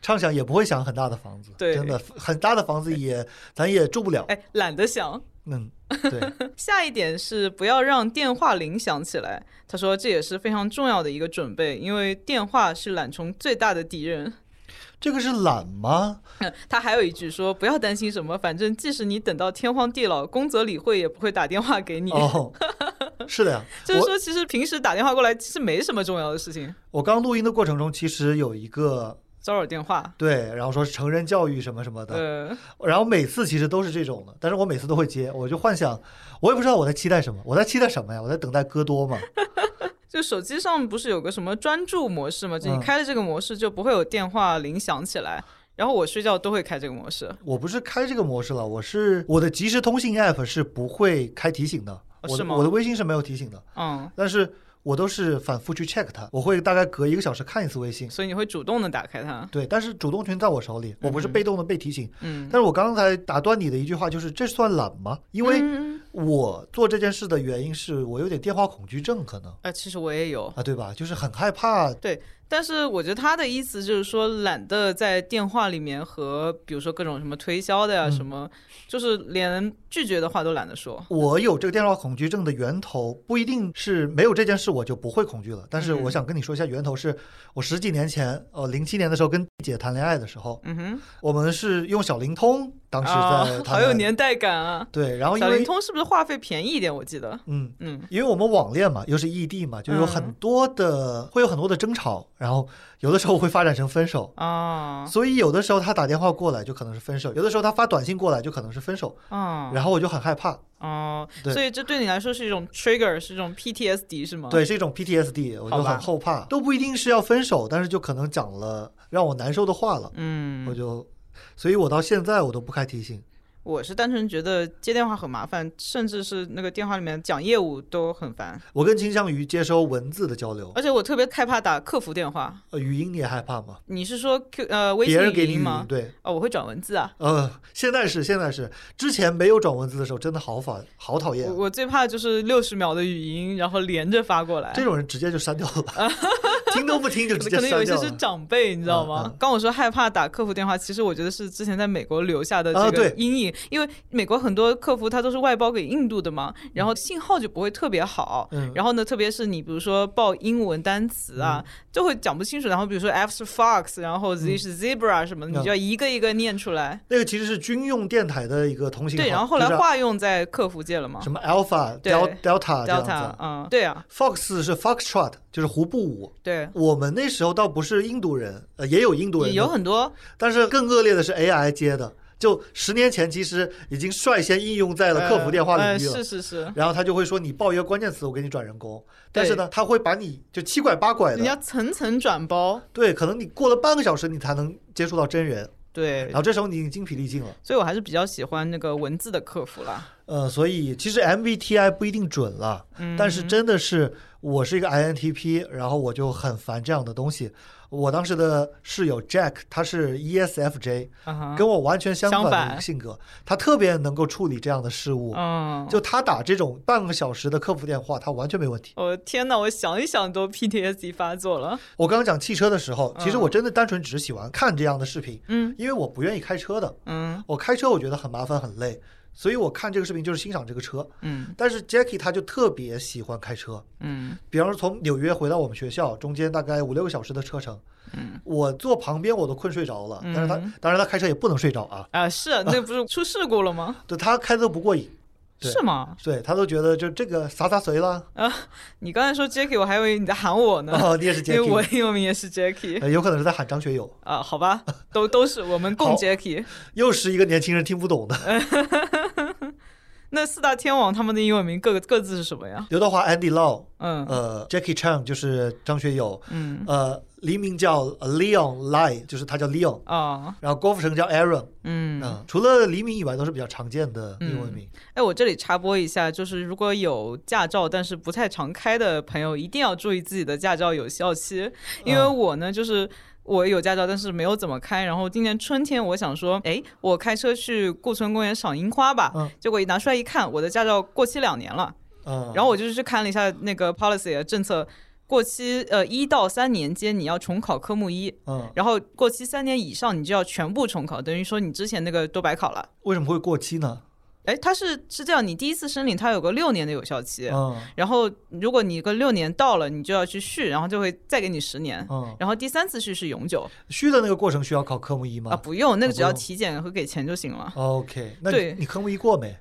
S2: 畅想也不会想很大的房子，
S1: 对
S2: 真的很大的房子也咱也住不了。
S1: 哎，懒得想。
S2: 嗯，对，
S1: 下一点是不要让电话铃响起来。他说这也是非常重要的一个准备，因为电话是懒虫最大的敌人。
S2: 这个是懒吗？
S1: 他还有一句说不要担心什么，反正即使你等到天荒地老，宫泽理惠也不会打电话给你。，
S2: 哦，是的呀
S1: 就是
S2: 我
S1: 说，其实平时打电话过来其实没什么重要的事情，
S2: 我刚录音的过程中，其实有一个
S1: 骚扰电话。
S2: 对，然后说是成人教育什么什么的，
S1: 呃，
S2: 然后每次其实都是这种的，但是我每次都会接，我就幻想，我也不知道我在期待什么，我在期待什么呀？我在等待戈多 嘛？
S1: 就手机上不是有个什么专注模式吗？就你
S2: 嗯
S1: 开了这个模式，就不会有电话铃响起来。然后我睡觉都会开这个模式。
S2: 我不是开这个模式了，我是我的即时通信 app 是不会开提醒的，我
S1: 哦是
S2: 的
S1: 吗
S2: 我的微信是没有提醒的，
S1: 嗯，
S2: 但是我都是反复去 check 它，我会大概隔一个小时看一次微信。
S1: 所以你会主动的打开它。
S2: 对，但是主动权在我手里，我不是
S1: 嗯
S2: 被动的被提醒。
S1: 嗯，
S2: 但是我刚才打断你的一句话，就是这算懒吗？因为
S1: 嗯
S2: 我做这件事的原因是我有点电话恐惧症，可能
S1: 啊，其实我也有，
S2: 啊，对吧？就是很害怕，
S1: 但是我觉得他的意思就是说，懒得在电话里面和比如说各种什么推销的呀、
S2: 嗯
S1: 什么，就是连拒绝的话都懒得说。
S2: 我有这个电话恐惧症的源头不一定是没有这件事我就不会恐惧了，但是
S1: 嗯
S2: 我想跟你说一下源头是，我十几年前，呃，零七年的时候跟姐谈恋爱的时候，
S1: 嗯哼，
S2: 我们是用小灵通，当时
S1: 啊
S2: 在，谈
S1: 好
S2: 恋
S1: 有
S2: 爱，
S1: 年代感啊！
S2: 对，然后因
S1: 小灵
S2: 为
S1: 通是不是话费便宜一点？我记得，
S2: 嗯。
S1: 嗯
S2: 因为我们网恋嘛，又是异地嘛，就有很多的、会有很多的争吵，然后有的时候会发展成分手，
S1: 啊
S2: 所以有的时候他打电话过来就可能是分手，有的时候他发短信过来就可能是分手，
S1: 啊
S2: 然后我就很害怕，
S1: 哦，
S2: 对
S1: 所以这对你来说是一种 trigger，是一种 PTSD 是吗？，
S2: 对，是一种 PTSD，我
S1: 啊好
S2: 就
S1: 吧
S2: 很后怕，都不一定是要分手，但是就可能讲了让我难受的话了，我
S1: 嗯，
S2: 就，所以我到现在我都不开提醒，
S1: 我是单纯觉得接电话很麻烦，甚至是那个电话里面讲业务都很烦，
S2: 我更倾向于接收文字的交流，
S1: 而且我特别害怕打客服电话。
S2: 呃，语音你也害怕吗？
S1: 你是说 Q 呃微信
S2: 别人给
S1: 语
S2: 你
S1: 音
S2: 语
S1: 吗
S2: 音，？对，
S1: 哦，我会转文字啊。
S2: 呃，现在是现在是，之前没有转文字的时候真的好烦，好讨厌
S1: 我，我最怕就是六十秒的语音，然后连着发过来。
S2: 这种人直接就删掉 了，听都不听就直接
S1: 可能
S2: 删
S1: 有一些
S2: 掉
S1: 是
S2: 了。
S1: 长辈，你知道吗？
S2: 嗯嗯
S1: 刚我说害怕打客服电话，其实我觉得是之前在美国留下的
S2: 啊
S1: 这个
S2: 对
S1: 阴影。以，因为美国很多客服它都是外包给印度的嘛，然后信号就不会特别好。
S2: 嗯
S1: 然后呢，特别是你比如说报英文单词啊，
S2: 嗯
S1: 就会讲不清楚。然后比如说 F 是 fox，然后 Z 是 zebra 什么的，
S2: 嗯
S1: 你就要一个一个念出来。
S2: 那个其实是军用电台的一个同型号，
S1: 对，然后后来
S2: 就是
S1: 化用在客服界了嘛
S2: 什么 Alpha、
S1: 对
S2: Del- Delta 啊这样
S1: ，Delta，
S2: 子。
S1: 嗯，对啊，
S2: Fox 是 Foxtrot，就是胡步舞。
S1: 对，
S2: 我们那时候倒不是印度人，呃，也有印度人，
S1: 有很多，
S2: 但是更恶劣的是 AI 接的，就十年前其实已经率先应用在了客服电话
S1: 呃
S2: 领
S1: 呃
S2: 域了。
S1: 是是是，
S2: 然后他就会说你报一个关键词，我给你转人工。但
S1: 对
S2: 是呢，他会把你就七拐八拐
S1: 你要
S2: 的，
S1: 层层转包。
S2: 对，可能你过了半个小时你才能接触到真人，
S1: 对
S2: 然，后这时候你已经精疲力尽了。
S1: 所以我还是比较喜欢那个文字的客服啦。
S2: 呃，所以其实 MBTI 不一定准了，
S1: 嗯
S2: 但是真的是我是一个 INTP，然后我就很烦这样的东西。我当时的室友 Jack，他是 E ESFJ，
S1: 啊哈
S2: 跟我完全相
S1: 相
S2: 反的
S1: 反
S2: 一个性格，他特别能够处理这样的事物。
S1: 嗯，
S2: 就他打这种半个小时的客服电话，他完全没问题。
S1: 我、天哪，我想一想都 PTSD 发作了。
S2: 我刚刚讲汽车的时候，其实
S1: 嗯
S2: 我真的单纯只是喜欢看这样的视频，
S1: 嗯
S2: 因为我不愿意开车的，
S1: 嗯
S2: 我开车我觉得很麻烦很累，所以我看这个视频就是欣赏这个车。
S1: 嗯
S2: 但是 Jackie 他就特别喜欢开车，
S1: 嗯
S2: 比方说从纽约回到我们学校，中间大概五六个小时的车程，
S1: 嗯
S2: 我坐旁边我都困睡着了。但是他
S1: 嗯
S2: 当然他开车也不能睡着啊，
S1: 啊，是啊那不是出事故了吗？
S2: 对他开的不过瘾，对
S1: 是吗？
S2: 对他都觉得就这个洒洒水啦。
S1: 你刚才说 Jacky，我还以为你在喊我呢，
S2: 哦，你也是
S1: 因为我
S2: Jackie，
S1: 英文名也是 Jacky
S2: 呃有可能是在喊张学友，
S1: 啊。好吧，都都是我们共
S2: 好
S1: Jacky。
S2: 又是一个年轻人听不懂的。
S1: 那四大天王他们的英文名各各自是什么呀？
S2: 刘德华 Andy Lau，
S1: 嗯
S2: 呃，Jackie Chan 就是张学友，
S1: 嗯
S2: 呃，黎明叫呃 Leon Lai，就是他叫 Leon，
S1: 啊
S2: 然后郭富城叫 Aaron，
S1: 嗯
S2: 嗯、除了黎明以外都是比较常见的英文名。
S1: 哎，我这里插播一下，就是如果有驾照但是不太常开的朋友，一定要注意自己的驾照有效期，因为
S2: 嗯
S1: 我呢就是。我有驾照，但是没有怎么开。然后今年春天，我想说，哎，我开车去顾村公园赏樱花吧。
S2: 嗯
S1: 结果一拿出来一看，我的驾照过期两年了。
S2: 嗯，
S1: 然后我就是去看了一下那个 policy 的政策，过期呃一到三年间你要重考科目一，
S2: 嗯，
S1: 然后过期三年以上你就要全部重考，等于说你之前那个都白考了。
S2: 为什么会过期呢？
S1: 哎，它是是这样，你第一次申领它有个六年的有效期，
S2: 嗯
S1: 然后如果你个六年到了，你就要去续，然后就会再给你十年，
S2: 嗯，
S1: 然后第三次续是永久
S2: 续的那个过程需要考科目一
S1: 啊，
S2: 吗、
S1: 不用那个
S2: 啊
S1: 只要
S2: 不用
S1: 体检和给钱就行了，
S2: o k 那
S1: 啊对
S2: 你你科目一过没？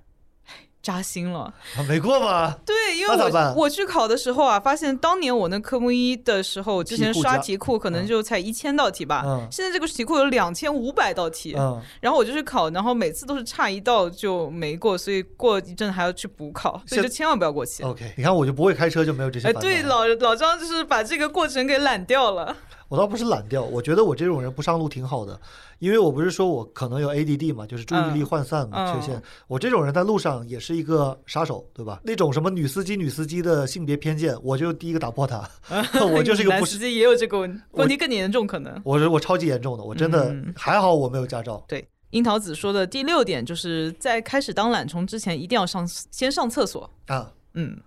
S1: 扎心了。
S2: 啊没过吗？
S1: 对，因为
S2: 那咋
S1: 我
S2: 办
S1: 我去考的时候啊，发现当年我那科目一的时候，之前
S2: 题库
S1: 刷
S2: 加
S1: 题库可能就才一千道题吧，
S2: 嗯
S1: 现在这个题库有两千五百道题，
S2: 嗯，
S1: 然后我就去考，然后每次都是差一道就没过，所以过一阵还要去补考，所以
S2: 现
S1: 就千万不要过期。
S2: OK，你看我就不会开车，就没有这些
S1: 哎，
S2: 烦恼。
S1: 对，老老张就是把这个过程给揽掉了。
S2: 我倒不是懒掉，我觉得我这种人不上路挺好的，因为我不是说我可能有 ADD 嘛，就是注意力涣散嘛、
S1: 嗯
S2: 缺陷。我这种人在路上也是一个杀手，对吧？那种什么女司机、女司机的性别偏见，我就第一个打破 它。我就是一个
S1: 男
S2: 不
S1: 司
S2: 是，
S1: 机也有这个问
S2: 我
S1: 问题更严重，可能。
S2: 我是我超级严重的，我真的
S1: 嗯
S2: 还好我没有驾照。
S1: 对，樱桃子说的第六点就是在开始当懒虫之前，一定要上先上厕所。
S2: 啊
S1: 嗯，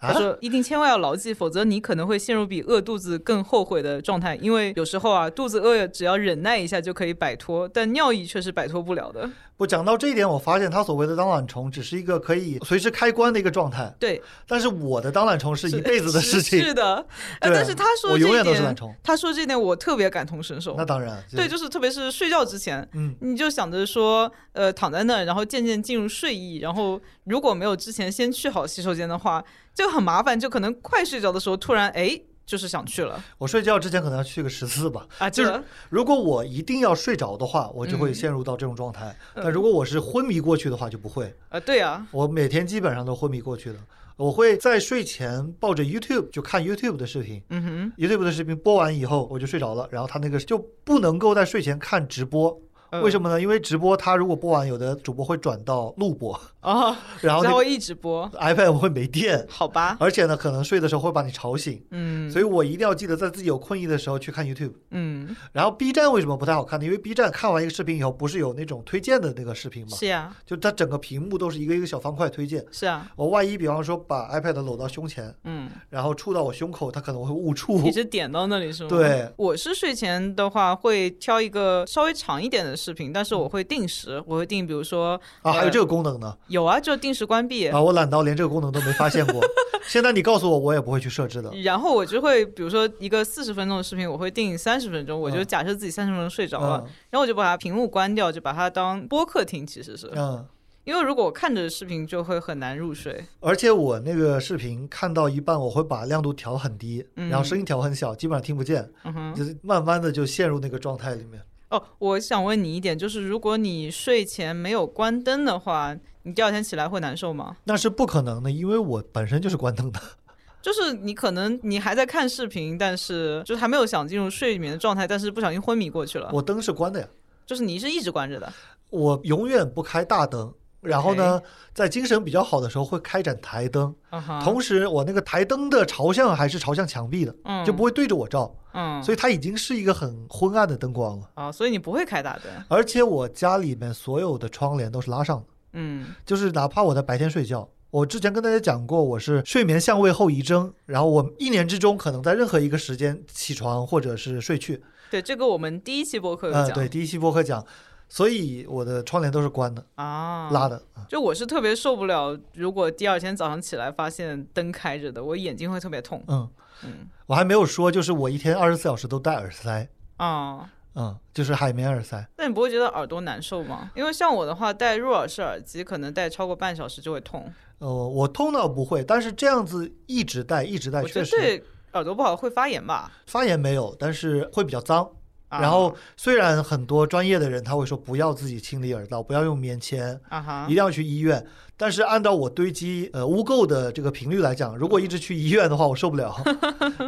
S1: 他
S2: 啊！
S1: 说一定千万要牢记，否则你可能会陷入比饿肚子更后悔的状态。因为有时候啊，肚子饿只要忍耐一下就可以摆脱，但尿意却是摆脱不了的。
S2: 我讲到这一点，我发现他所谓的当懒虫只是一个可以随时开关的一个状态，
S1: 对，
S2: 但是我的当懒虫是一辈子的
S1: 是
S2: 事情。
S1: 是的，呃，
S2: 对
S1: 但是他说
S2: 我
S1: 这
S2: 永
S1: 一
S2: 远都是
S1: 点
S2: 懒，虫。
S1: 他说这一点我特别感同身受
S2: 那。当然，
S1: 对，就是特别是睡觉之前，
S2: 嗯，
S1: 你就想着说，呃，躺在那儿，然后渐渐进入睡意，然后如果没有之前先去好洗手间的话，就很麻烦，就可能快睡着的时候突然哎，就是想去了
S2: 我睡觉之前可能要去个十次吧。
S1: 啊，
S2: 就
S1: 这
S2: 是
S1: 个
S2: 如果我一定要睡着的话，我就会陷入到这种状态。但如果我是昏迷过去的话，就不会。
S1: 啊，对啊，
S2: 我每天基本上都昏迷过去的。我会在睡前抱着 YouTube 就看 YouTube 的视频
S1: 嗯哼，
S2: ，YouTube 的视频播完以后我就睡着了。然后他那个就不能够在睡前看直播，为什
S1: 么
S2: 么呢？因为直播他如果播完，有的主播会转到录播，
S1: 哦，
S2: 然后
S1: 然
S2: 那
S1: 后
S2: 个
S1: 一直播，
S2: iPad 会没电，
S1: 好吧，
S2: 而且呢，可能睡的时候会把你吵醒。
S1: 啊嗯
S2: 所以我一定要记得在自己有困意的时候去看 YouTube。
S1: 嗯，
S2: 然后 B 站为什么不太好看呢？因为 B 站看完一个视频以后，不是有那种推荐的那个视频吗？
S1: 是呀，
S2: 就它整个屏幕都是一个一个小方块推荐。
S1: 是啊，
S2: 我万一比方说把 iPad 搂到胸前，
S1: 嗯，
S2: 然后触到我胸口，它可能会误触。
S1: 一直点到那里是吗？
S2: 对，
S1: 我是睡前的话会挑一个稍微长一点的视频，但是我会定时，我会定，比如说
S2: 嗯
S1: 呃
S2: 啊，还有这个功能呢
S1: 有啊，就定时关闭，
S2: 啊！我懒到连这个功能都没发现 过。现在你告诉我，我也不会去设置的。
S1: 然后我就会，比如说一个四十分钟的视频，我会定三十分钟，我就
S2: 嗯
S1: 假设自己三十分钟睡着了，
S2: 嗯
S1: 然后我就把它屏幕关掉，就把它当播客听，其 实是
S2: 嗯，
S1: 因为如果我看着视频就会很难入睡。
S2: 而且我那个视频看到一半，我会把亮度调很低，
S1: 嗯
S2: 然后声音调很小，基本上听不见，
S1: 嗯哼，
S2: 就是慢慢的就陷入那个状态里面。
S1: 哦，我想问你一点，就是如果你睡前没有关灯的话，你第二天起来会难受吗？
S2: 那是不可能的，因为我本身就是关灯的。
S1: 就是你可能你还在看视频，但是就是还没有想进入睡眠的状态，但是不小心昏迷过去了。
S2: 我灯是关的呀，
S1: 就是你是一直关着的，
S2: 我永远不开大灯。然后呢，在精神比较好的时候会开盏台灯，
S1: 嗯哼，
S2: 同时我那个台灯的朝向还是朝向墙壁的，
S1: 嗯
S2: 就不会对着我照，
S1: 嗯
S2: 所以它已经是一个很昏暗的灯光了。
S1: 啊，所以你不会开大灯，
S2: 而且我家里面所有的窗帘都是拉上的，
S1: 嗯
S2: 就是哪怕我在白天睡觉，我之前跟大家讲过，我是睡眠相位后遗症，然后我一年之中可能在任何一个时间起床或者是睡去，
S1: 对，这个我们第一期播客有
S2: 呃，
S1: 讲、
S2: 对，第一期播客讲，所以我的窗帘都是关的、
S1: 啊，
S2: 拉的，
S1: 就我是特别受不了，如果第二天早上起来发现灯开着的，我眼睛会特别痛。
S2: 嗯，
S1: 嗯
S2: 我还没有说，就是我一天二十四小时都戴耳塞，
S1: 啊，
S2: 嗯，就是海绵耳塞，
S1: 那你不会觉得耳朵难受吗？因为像我的话，戴入耳式耳机，可能戴超过半小时就会痛。
S2: 呃，我痛到不会，但是这样子一直戴一直戴，
S1: 我觉
S2: 确
S1: 得
S2: 实
S1: 对耳朵不好会发炎吧。
S2: 发炎没有，但是会比较脏。
S1: 啊
S2: 然后虽然很多专业的人他会说不要自己清理耳道，不要用棉签，
S1: 啊哈
S2: 一，定要去医院。但是按照我堆积呃污垢的这个频率来讲，如果一直去医院的话，我受不 了，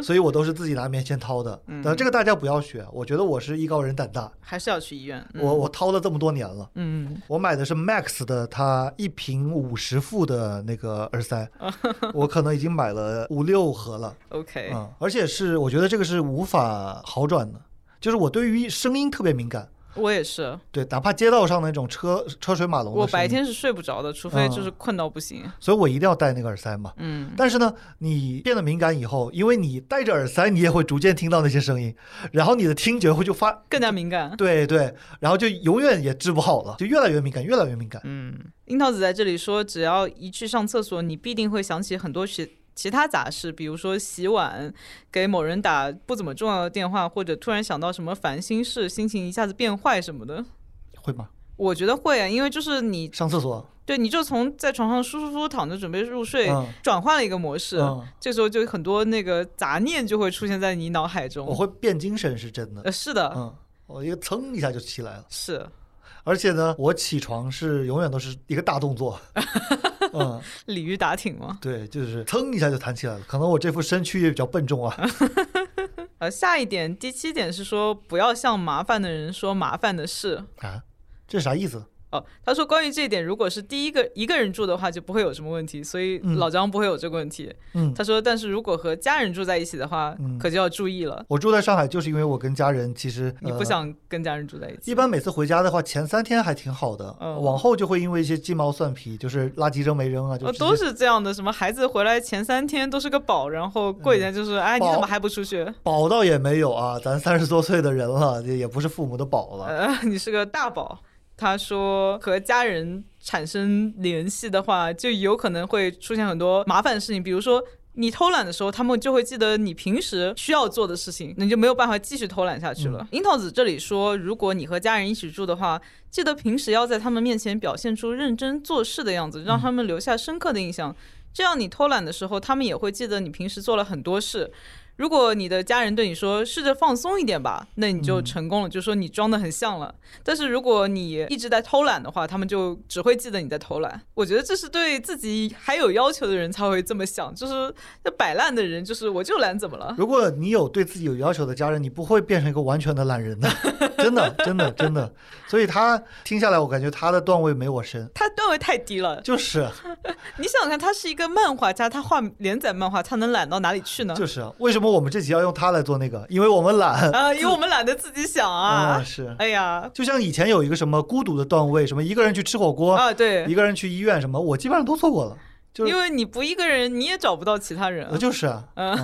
S2: 所以我都是自己拿棉签掏的。
S1: 嗯
S2: 但这个大家不要学，我觉得我是艺高人胆大，
S1: 还是要去医院。嗯
S2: 我我掏了这么多年了。
S1: 嗯，
S2: 我买的是 Max 的，它一瓶五十副的那个耳 塞，我可能已经买了五六盒了。
S1: OK，
S2: 嗯，而且是我觉得这个是无法好转的，就是我对于声音特别敏感，
S1: 我也是，
S2: 对，哪怕街道上那种车车水马龙的
S1: 我
S2: 声
S1: 白
S2: 音，
S1: 天是睡不着的，除非就是困到不行。
S2: 所以我一定要戴那个耳塞嘛。
S1: 嗯，
S2: 但是呢，你变得敏感以后，因为你戴着耳塞，你也会逐渐听到那些声音，然后你的听觉会就 发，
S1: 更加敏感。
S2: 对对，然后就永远也治不好了，就越来越敏感，越来越敏感。
S1: 嗯，樱桃子在这里说，只要一去上厕所，你必定会想起很多其其他杂事，比如说洗碗、给某人打不怎么重要的电话，或者突然想到什么烦心事，心情一下子变坏什么的。
S2: 会吗？
S1: 我觉得会啊，因为就是你
S2: 上厕所，啊
S1: 对，你就从在床上舒舒服服躺着准备入睡，
S2: 嗯
S1: 转换了一个模式，
S2: 嗯
S1: 这时候就很多那个杂念就会出现在你脑海
S2: 我
S1: 中。
S2: 会变精神是真的，
S1: 呃，是的，
S2: 哦嗯，我一个噌一下就起来了。
S1: 是
S2: 而且呢，我起床是永远都是一个大动 作，嗯，
S1: 鲤鱼打挺吗？
S2: 对，就是噌一下就弹起来了。可能我这副身躯也比较笨重 啊，
S1: 呃，下一点，第七点是说不要向麻烦的人说麻烦的事。
S2: 啊，这是啥意思？
S1: 哦，他说关于这一点，如果是第一个一个人住的话，就不会有什么问题，所以
S2: 嗯
S1: 老张不会有这个问题。
S2: 嗯，
S1: 他说，但是如果和家人住在一起的话，
S2: 嗯
S1: 可就要注意了，
S2: 我住在上海，就是因为我跟家人其实、
S1: 你
S2: 呃
S1: 不想跟家人住在一起。
S2: 一般每次回家的话，前三天还挺好的，
S1: 嗯
S2: 往后就会因为一些鸡毛蒜皮，就是垃圾扔没扔啊，就
S1: 呃，
S2: 直接
S1: 都是这样的，什么孩子回来前三天都是个宝，然后
S2: 嗯
S1: 过几天就是，哎，你
S2: 宝
S1: 怎么还不出去？
S2: 宝倒也没有啊。咱三十多岁的人了，也也不是父母的宝了。
S1: 呃， 你是个大宝。他说和家人产生联系的话，就有可能会出现很多麻烦的事情，比如说。你偷懒的时候，他们就会记得你平时需要做的事情，你就没有办法继续偷懒下去了。樱桃子这里说，如果你和家人一起住的话，记得平时要在他们面前表现出认真做事的样子，让他们留下深刻的印象。这样你偷懒的时候，他们也会记得你平时做了很多事。如果你的家人对你说试着放松一点吧，那你就成功了，就说你装的很像了。但是如果你一直在偷懒的话，他们就只会记得你在偷懒。我觉得这是对自己还有要求的人才会这么想，就是那摆烂的人，就是我就懒怎么 了？
S2: 如果你有对自己有要求的家人，你不会变成一个完全的懒人的， 真的，真的，真的。所以他听下来，我感觉他的段位没我深，
S1: 他段位太低了，
S2: 就是
S1: 你想想看，他是一个漫画家，他画连载漫画，他能懒到哪里去呢？
S2: 就是啊。为什么我们这集要用他来做那个？因为我们懒
S1: 啊，因为 我们懒得自己想
S2: 啊，
S1: 啊。
S2: 是。
S1: 哎呀，
S2: 就像以前有一个什么孤独的段位，什么一个人去吃火锅，
S1: 啊，对，
S2: 一个人去医院，什么我基本上都错过了。就是
S1: 因为你不一个人，你也找不到其他人啊
S2: 我。就是啊，嗯，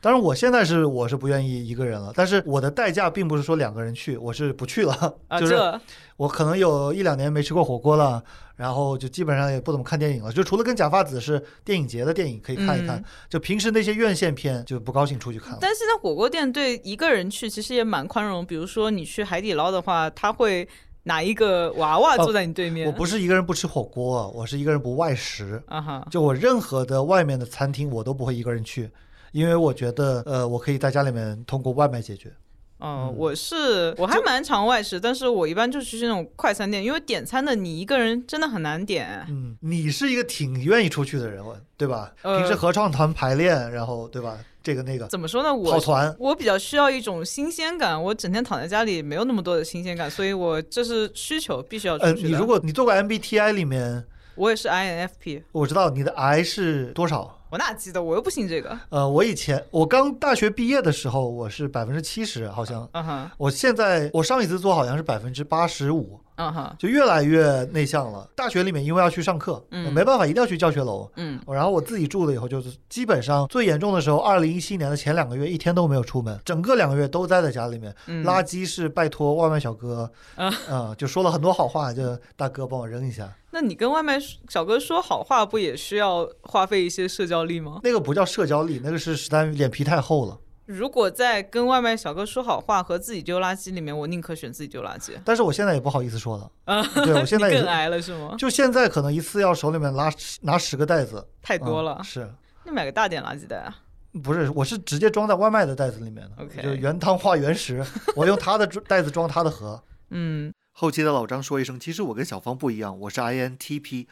S2: 当然我现在是我是不愿意一个人了，但是我的代价并不是说两个人去，我是不去了，
S1: 啊，
S2: 就是
S1: 这
S2: 我可能有一两年没吃过火锅了，然后就基本上也不怎么看电影了，就除了跟假发子是电影节的电影可以看一看，
S1: 嗯
S2: 就平时那些院线片就不高兴出去看了。
S1: 但是在火锅店对一个人去其实也蛮宽容，比如说你去海底捞的话，他会拿一个娃娃坐在你对面。
S2: 哦我不是一个人不吃火锅，我是一个人不外食，
S1: 啊哈，
S2: 就我任何的外面的餐厅我都不会一个人去，因为我觉得呃我可以在家里面通过外卖解决。嗯
S1: 哦、我是我还蛮常外食，但是我一般就去那种快餐店，因为点餐的你一个人真的很难点。
S2: 嗯，你是一个挺愿意出去的人，我对吧？
S1: 呃
S2: 平时合唱团排练，然后对啊吧？这个那个
S1: 怎么说呢？
S2: 跑
S1: 我
S2: 团，
S1: 我比较需要一种新鲜感，我整天躺在家里没有那么多的新鲜感，所以我这是需求，必须要出
S2: 呃，
S1: 去
S2: 你
S1: 的
S2: 如果你做过 MBTI 里面，
S1: 我也是 INFP，
S2: 我知道你的 I 是多少。
S1: 我哪记得？我又不信这个。
S2: 呃，我以前我刚大学毕业的时候，我是百分之七十，好像。
S1: 嗯哼，
S2: 我现在我上一次做好像是百分之八十五，
S1: 嗯哼，
S2: 就越来越内向了。大学里面因为要去上课，
S1: 嗯
S2: 我没办法，一定要去教学楼。
S1: 嗯，
S2: 然后我自己住了以后，就是基本上最严重的时候，二零一七年的前两个月一天都没有出门，整个两个月都待在家里面。
S1: 嗯
S2: 垃圾是拜托外卖小哥，啊、就说了很多好话，就大哥帮我扔一下。
S1: 那你跟外卖小哥说好话，不也需要花费一些社交力吗？
S2: 那个不叫社交力，那个是实在脸皮太厚了。
S1: 如果在跟外卖小哥说好话和自己丢垃圾里面，我宁可选自己丢垃圾。
S2: 但是我现在也不好意思说了，
S1: 啊
S2: 对我现在
S1: 你
S2: 也是，
S1: 更挨了是吗？
S2: 就现在可能一次要手里面拉十拿十个袋子，
S1: 太多了
S2: 嗯，是。
S1: 你买个大点垃圾袋啊。
S2: 不是，我是直接装在外卖的袋子里面的
S1: OK
S2: 就是原汤化原食， 我用他的袋子装他的盒。
S1: 嗯，
S2: 后期的老张说一声，其实我跟小芳不一样，我是 INTP。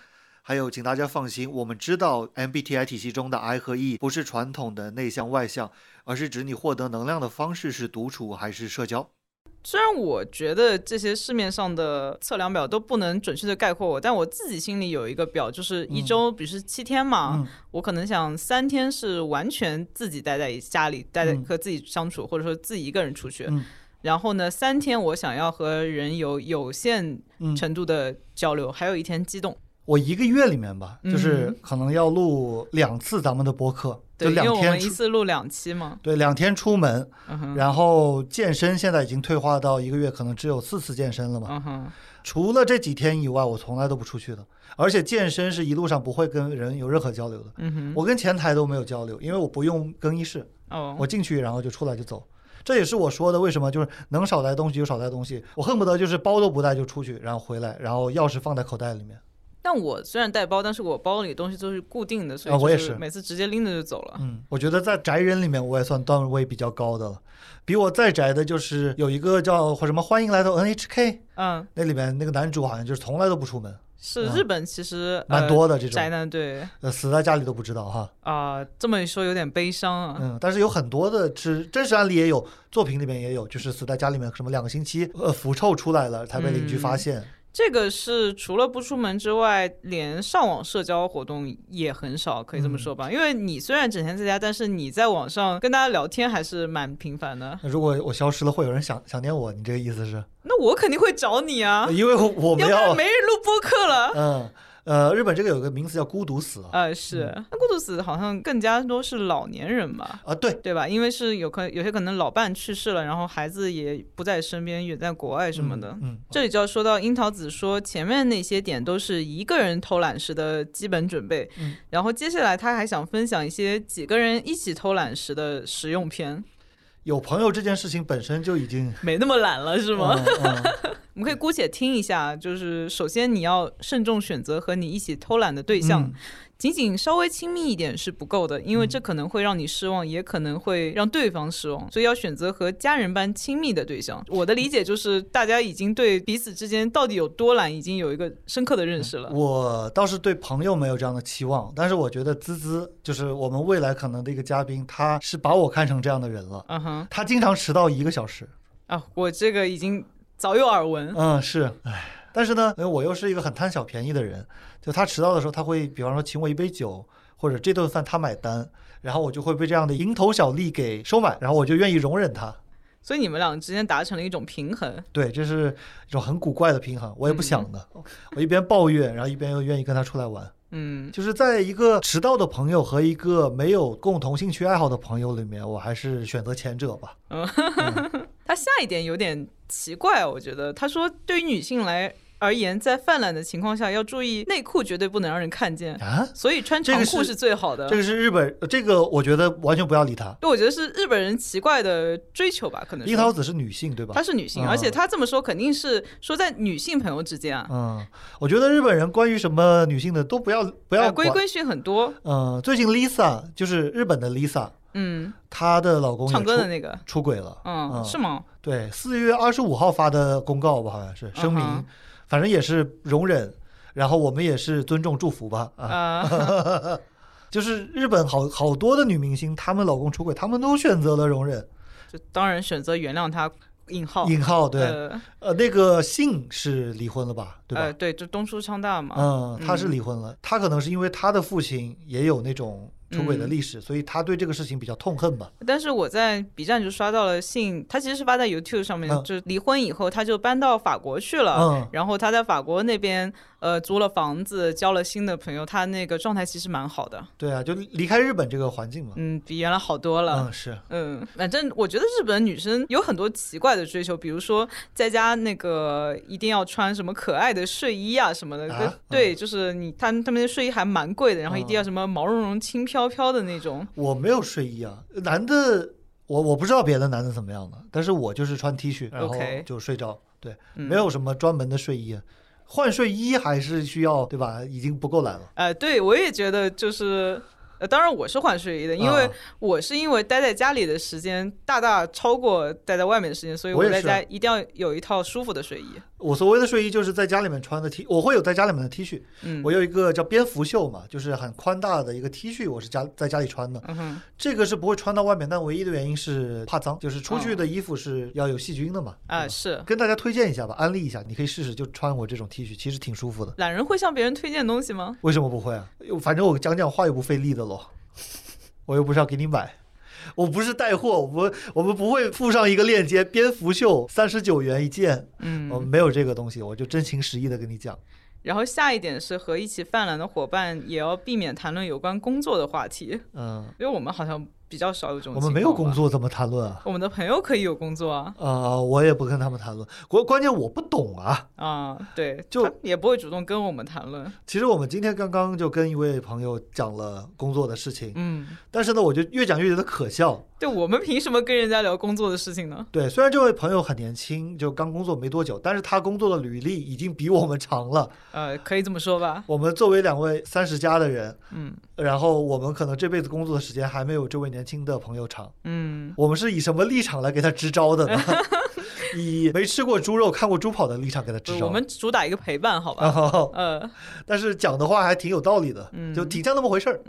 S2: 还有，请大家放心，我们知道 MBTI 体系中的 I 和 E 不是传统的内向外向，而是指你获得能量的方式是独处还是社交。
S1: 虽然我觉得这些市面上的测量表都不能准确的概括我，但我自己心里有一个表，就是一周，比如是七天嘛，
S2: 嗯
S1: 我可能想三天是完全自己待在家里，待在
S2: 嗯
S1: 和自己相处，或者说自己一个人出去。
S2: 嗯
S1: 然后呢，三天我想要和人有有限
S2: 嗯
S1: 程度的交流，还有一天激动。
S2: 我一个月里面吧，
S1: 嗯
S2: 就是可能要录两次咱们的播客，就
S1: 对，因为
S2: 两
S1: 我
S2: 天
S1: 们一
S2: 出，
S1: 次录两期嘛。
S2: 对，两天出门，
S1: 嗯哼，
S2: 然后健身现在已经退化到一个月可能只有四次健身了嘛。
S1: 嗯哼，
S2: 除了这几天以外，我从来都不出去的。而且健身是一路上不会跟人有任何交流的，
S1: 嗯哼，
S2: 我跟前台都没有交流，因为我不用更衣室，
S1: 哦，
S2: 我进去然后就出来就走。这也是我说的，为什么就是能少带东西就少带东西，我恨不得就是包都不带就出去，然后回来，然后钥匙放在口袋里面。
S1: 但我虽然带包，但是我包里东西都是固定的，所
S2: 啊
S1: 以
S2: 我也
S1: 就是每次直接拎着就走了。
S2: 嗯，我觉得在宅人里面，我也算段位比较高的了。比我再宅的就是有一个叫什么“欢迎来到 NHK”，
S1: 嗯，
S2: 那里面那个男主好像就是从来都不出门，
S1: 是
S2: 啊
S1: 日本其实
S2: 蛮
S1: 呃
S2: 多的这种，
S1: 宅男对
S2: 呃，死在家里都不知道哈。
S1: 啊、这么一说有点悲伤啊。
S2: 嗯，但是有很多的是真实案例也有，作品里面也有，就是死在家里面什么两个星期，呃，腐臭出来了才被邻居发现。
S1: 这个是除了不出门之外，连上网社交活动也很少，可以这么说
S2: 嗯
S1: 吧。因为你虽然整天在家，但是你在网上跟大家聊天还是蛮频繁的。
S2: 那如果我消失了，会有人想想念我？你这个意思是？
S1: 那我肯定会找你啊，
S2: 因为我哎我们
S1: 要不然
S2: 要，
S1: 没人录播客了。
S2: 嗯呃，日本这个有个名词叫孤独死啊，
S1: 呃，是，那孤独死好像更加多是老年人吧，
S2: 啊对，
S1: 对吧？因为是有可有些可能老伴去世了，然后孩子也不在身边，远在国外什么的。
S2: 嗯，
S1: 这里就要说到樱桃子说前面那些点都是一个人偷懒时的基本准备，
S2: 嗯
S1: 然后接下来他还想分享一些几个人一起偷懒时的实用篇，
S2: 有朋友这件事情本身就已经
S1: 没那么懒了是吗？
S2: 嗯嗯
S1: 我们可以姑且听一下，就是首先你要慎重选择和你一起偷懒的对象，
S2: 嗯
S1: 仅仅稍微亲密一点是不够的，因为这可能会让你失望，也可能会让对方失望，所以要选择和家人般亲密的对象。我的理解就是，大家已经对彼此之间到底有多懒已经有一个深刻的认识了。
S2: 嗯我倒是对朋友没有这样的期望，但是我觉得滋滋就是我们未来可能的一个嘉宾，他是把我看成这样的人了。
S1: 嗯哼
S2: 他经常迟到一个小时，
S1: 啊，我这个已经早有耳闻。
S2: 嗯，是，唉，但是呢，因为我又是一个很贪小便宜的人，就他迟到的时候，他会比方说请我一杯酒，或者这顿饭他买单，然后我就会被这样的蝇头小利给收买，然后我就愿意容忍他。
S1: 所以你们俩之间达成了一种平衡。
S2: 对，这
S1: 嗯
S2: 是一种很古怪的平衡，我也不想的，我一边抱怨，然后一边又愿意跟他出来玩。
S1: 嗯，
S2: 就是在一个迟到的朋友和一个没有共同兴趣爱好的朋友里面，我还是选择前者吧。
S1: 他下一点有点奇怪，我觉得他说对于女性来而言，在泛滥的情况下要注意内裤绝对不能让人看见，
S2: 啊，
S1: 所以穿长
S2: 这
S1: 裤
S2: 个是
S1: 是最好的。
S2: 这个是日本，这个我觉得完全不要理他。
S1: 对，我觉得是日本人奇怪的追求吧，可能
S2: 樱
S1: 是。
S2: 桃子是女性，对吧
S1: 她？是女性，
S2: 嗯
S1: 而且她这么说肯定是说在女性朋友之间啊，
S2: 嗯，我觉得日本人关于什么女性的都不要不
S1: 不
S2: 要
S1: 呃规
S2: 管。
S1: 规矩很多。
S2: 嗯，最近 Lisa 就是日本的 Lisa，
S1: 嗯，
S2: 她的老公也
S1: 唱歌的
S2: 出
S1: 那个，
S2: 出轨了。
S1: 嗯，是吗？
S2: 对，四月二十五号发的公告吧，好像是声明，
S1: 嗯哼
S2: 反正也是容忍，然后我们也是尊重祝福吧。啊，
S1: 啊，
S2: 就是日本好好多的女明星，她们老公出轨，她们都选择了容忍。
S1: 就当然选择原谅他。引号，
S2: 引号对，
S1: 呃，
S2: 呃，那个信是离婚了吧？对
S1: 呃，
S2: 吧？
S1: 对，就东出昌大嘛，
S2: 嗯，他是离婚了，他可能是因为他的父亲也有那种出轨
S1: 嗯
S2: 的历史，所以他对这个事情比较痛恨吧。
S1: 但是我在 B 站就刷到了信，他其实是发在 YouTube 上面，
S2: 嗯
S1: 就是离婚以后他就搬到法国去了，
S2: 嗯
S1: 然后他在法国那边呃租了房子，交了新的朋友，他那个状态其实蛮好的，
S2: 对啊，就离开日本这个环境嘛。
S1: 嗯，比原来好多了。
S2: 嗯，是，
S1: 嗯，反正我觉得日本女生有很多奇怪的追求，比如说在家那个一定要穿什么可爱的睡衣啊什么的，
S2: 啊
S1: 跟
S2: 嗯
S1: 对，就是你他他们那睡衣还蛮贵的，然后一定要什么毛茸茸、轻飘飘的那种。
S2: 我没有睡衣啊，男的我我不知道别的男的怎么样的，但是我就是穿 T 恤，然后
S1: 嗯 OK
S2: 就睡着。对，
S1: 嗯
S2: 没有什么专门的睡衣啊，换睡衣还是需要对吧？已经不够懒了。
S1: 呃，对我也觉得就是。呃，当然我是换睡衣的，因为
S2: 啊
S1: 我是因为待在家里的时间大大超过待在外面的时间，所以
S2: 我
S1: 我
S2: 也
S1: 在
S2: 是啊
S1: 家一定要有一套舒服的睡衣。
S2: 我所谓的睡衣就是在家里面穿的 T，我会有在家里面的 T 恤，
S1: 嗯
S2: 我有一个叫蝙蝠袖嘛，就是很宽大的一个 T 恤，我是家在家里穿的，
S1: 嗯哼，
S2: 这个是不会穿到外面，但唯一的原因是怕脏，就是出去的衣服是要有细菌的嘛。
S1: 啊、
S2: 对吧
S1: 是
S2: 跟大家推荐一下吧，安利一下，你可以试试，就穿我这种 T 恤，其实挺舒服的。
S1: 懒人会向别人推荐东西吗？
S2: 为什么不会啊？反正我讲讲话又不费力的喽， 我又不是要给你买，我不是带货，我们我们不会附上一个链接，蝙蝠袖三十九元一件，
S1: 嗯，
S2: 我们没有这个东西，我就真情实意的跟你讲。
S1: 然后下一点是和一起犯懒的伙伴也要避免谈论有关工作的话题，因
S2: 嗯，
S1: 为我们好像比较少有这种。
S2: 我们没有工，作怎么谈论啊？
S1: 我们的朋友可以有工作啊
S2: 呃，我也不跟他们谈论，关关键我不懂啊。
S1: 啊，对，
S2: 就哎
S1: 他也不会主动跟我们谈论。
S2: 其实我们今天刚刚就跟一位朋友讲了工作的事情，
S1: 嗯，
S2: 但是呢，我就越讲越觉得可笑。
S1: 对，我们凭什么跟人家聊工作的事情呢？
S2: 对，虽然这位朋友很年轻，就刚工作没多久，但是他工作的履历已经比我们长了。
S1: 呃，可以这么说吧。
S2: 我们作为两位三十加的人，
S1: 嗯
S2: 然后我们可能这辈子工作的时间还没有这位年轻的朋友长。
S1: 嗯，
S2: 我们是以什么立场来给他支招 的呢？以没吃过猪肉、看过猪跑的立场给他支
S1: 不
S2: 招。
S1: 我们主打一个陪伴，好吧？
S2: 然后，
S1: 呃
S2: 但是讲的话还挺有道理的，
S1: 嗯
S2: 就挺像那么回事儿。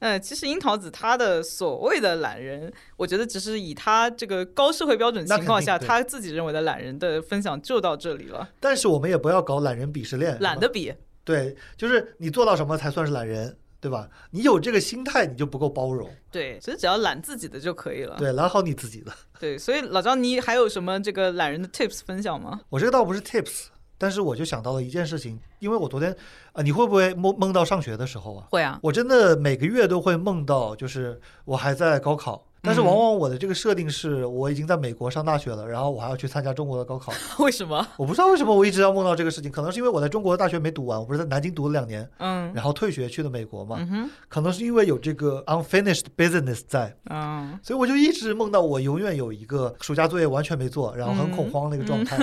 S1: 呃，其实樱桃子她的所谓的懒人，我觉得只是以她这个高社会标准
S2: 那
S1: 情况
S2: 肯定
S1: 下，
S2: 对
S1: 她自己认为的懒人的分享就到这里了。
S2: 但是我们也不要搞懒人鄙视链，
S1: 懒
S2: 是吧
S1: 得比，
S2: 对，就是你做到什么才算是懒人，对吧？你有这个心态，你就不够包容，
S1: 对，其实只要懒自己的就可以了。
S2: 对，懒好你自己的。
S1: 对所以老张，你还有什么这个懒人的 tips 分享吗？
S2: 我这个倒不是 tips，但是我就想到了一件事情，因为我昨天啊、呃你会不会梦梦到上学的时候啊？
S1: 会啊，
S2: 我真的每个月都会梦到，就是我还在高考。但
S1: 嗯
S2: 是往往我的这个设定是，我已经在美国上大学了，然后我还要去参加中国的高考。
S1: 为什么？
S2: 我不知道为什么我一直要梦到这个事情，可能是因为我在中国大学没读完，我不是在南京读了两年，
S1: 嗯
S2: 然后退学去的美国嘛，
S1: 嗯哼
S2: 可能是因为有这个 unfinished business 在，
S1: 嗯，
S2: 所以我就一直梦到我永远有一个暑假作业完全没做，然后很恐慌那个状态，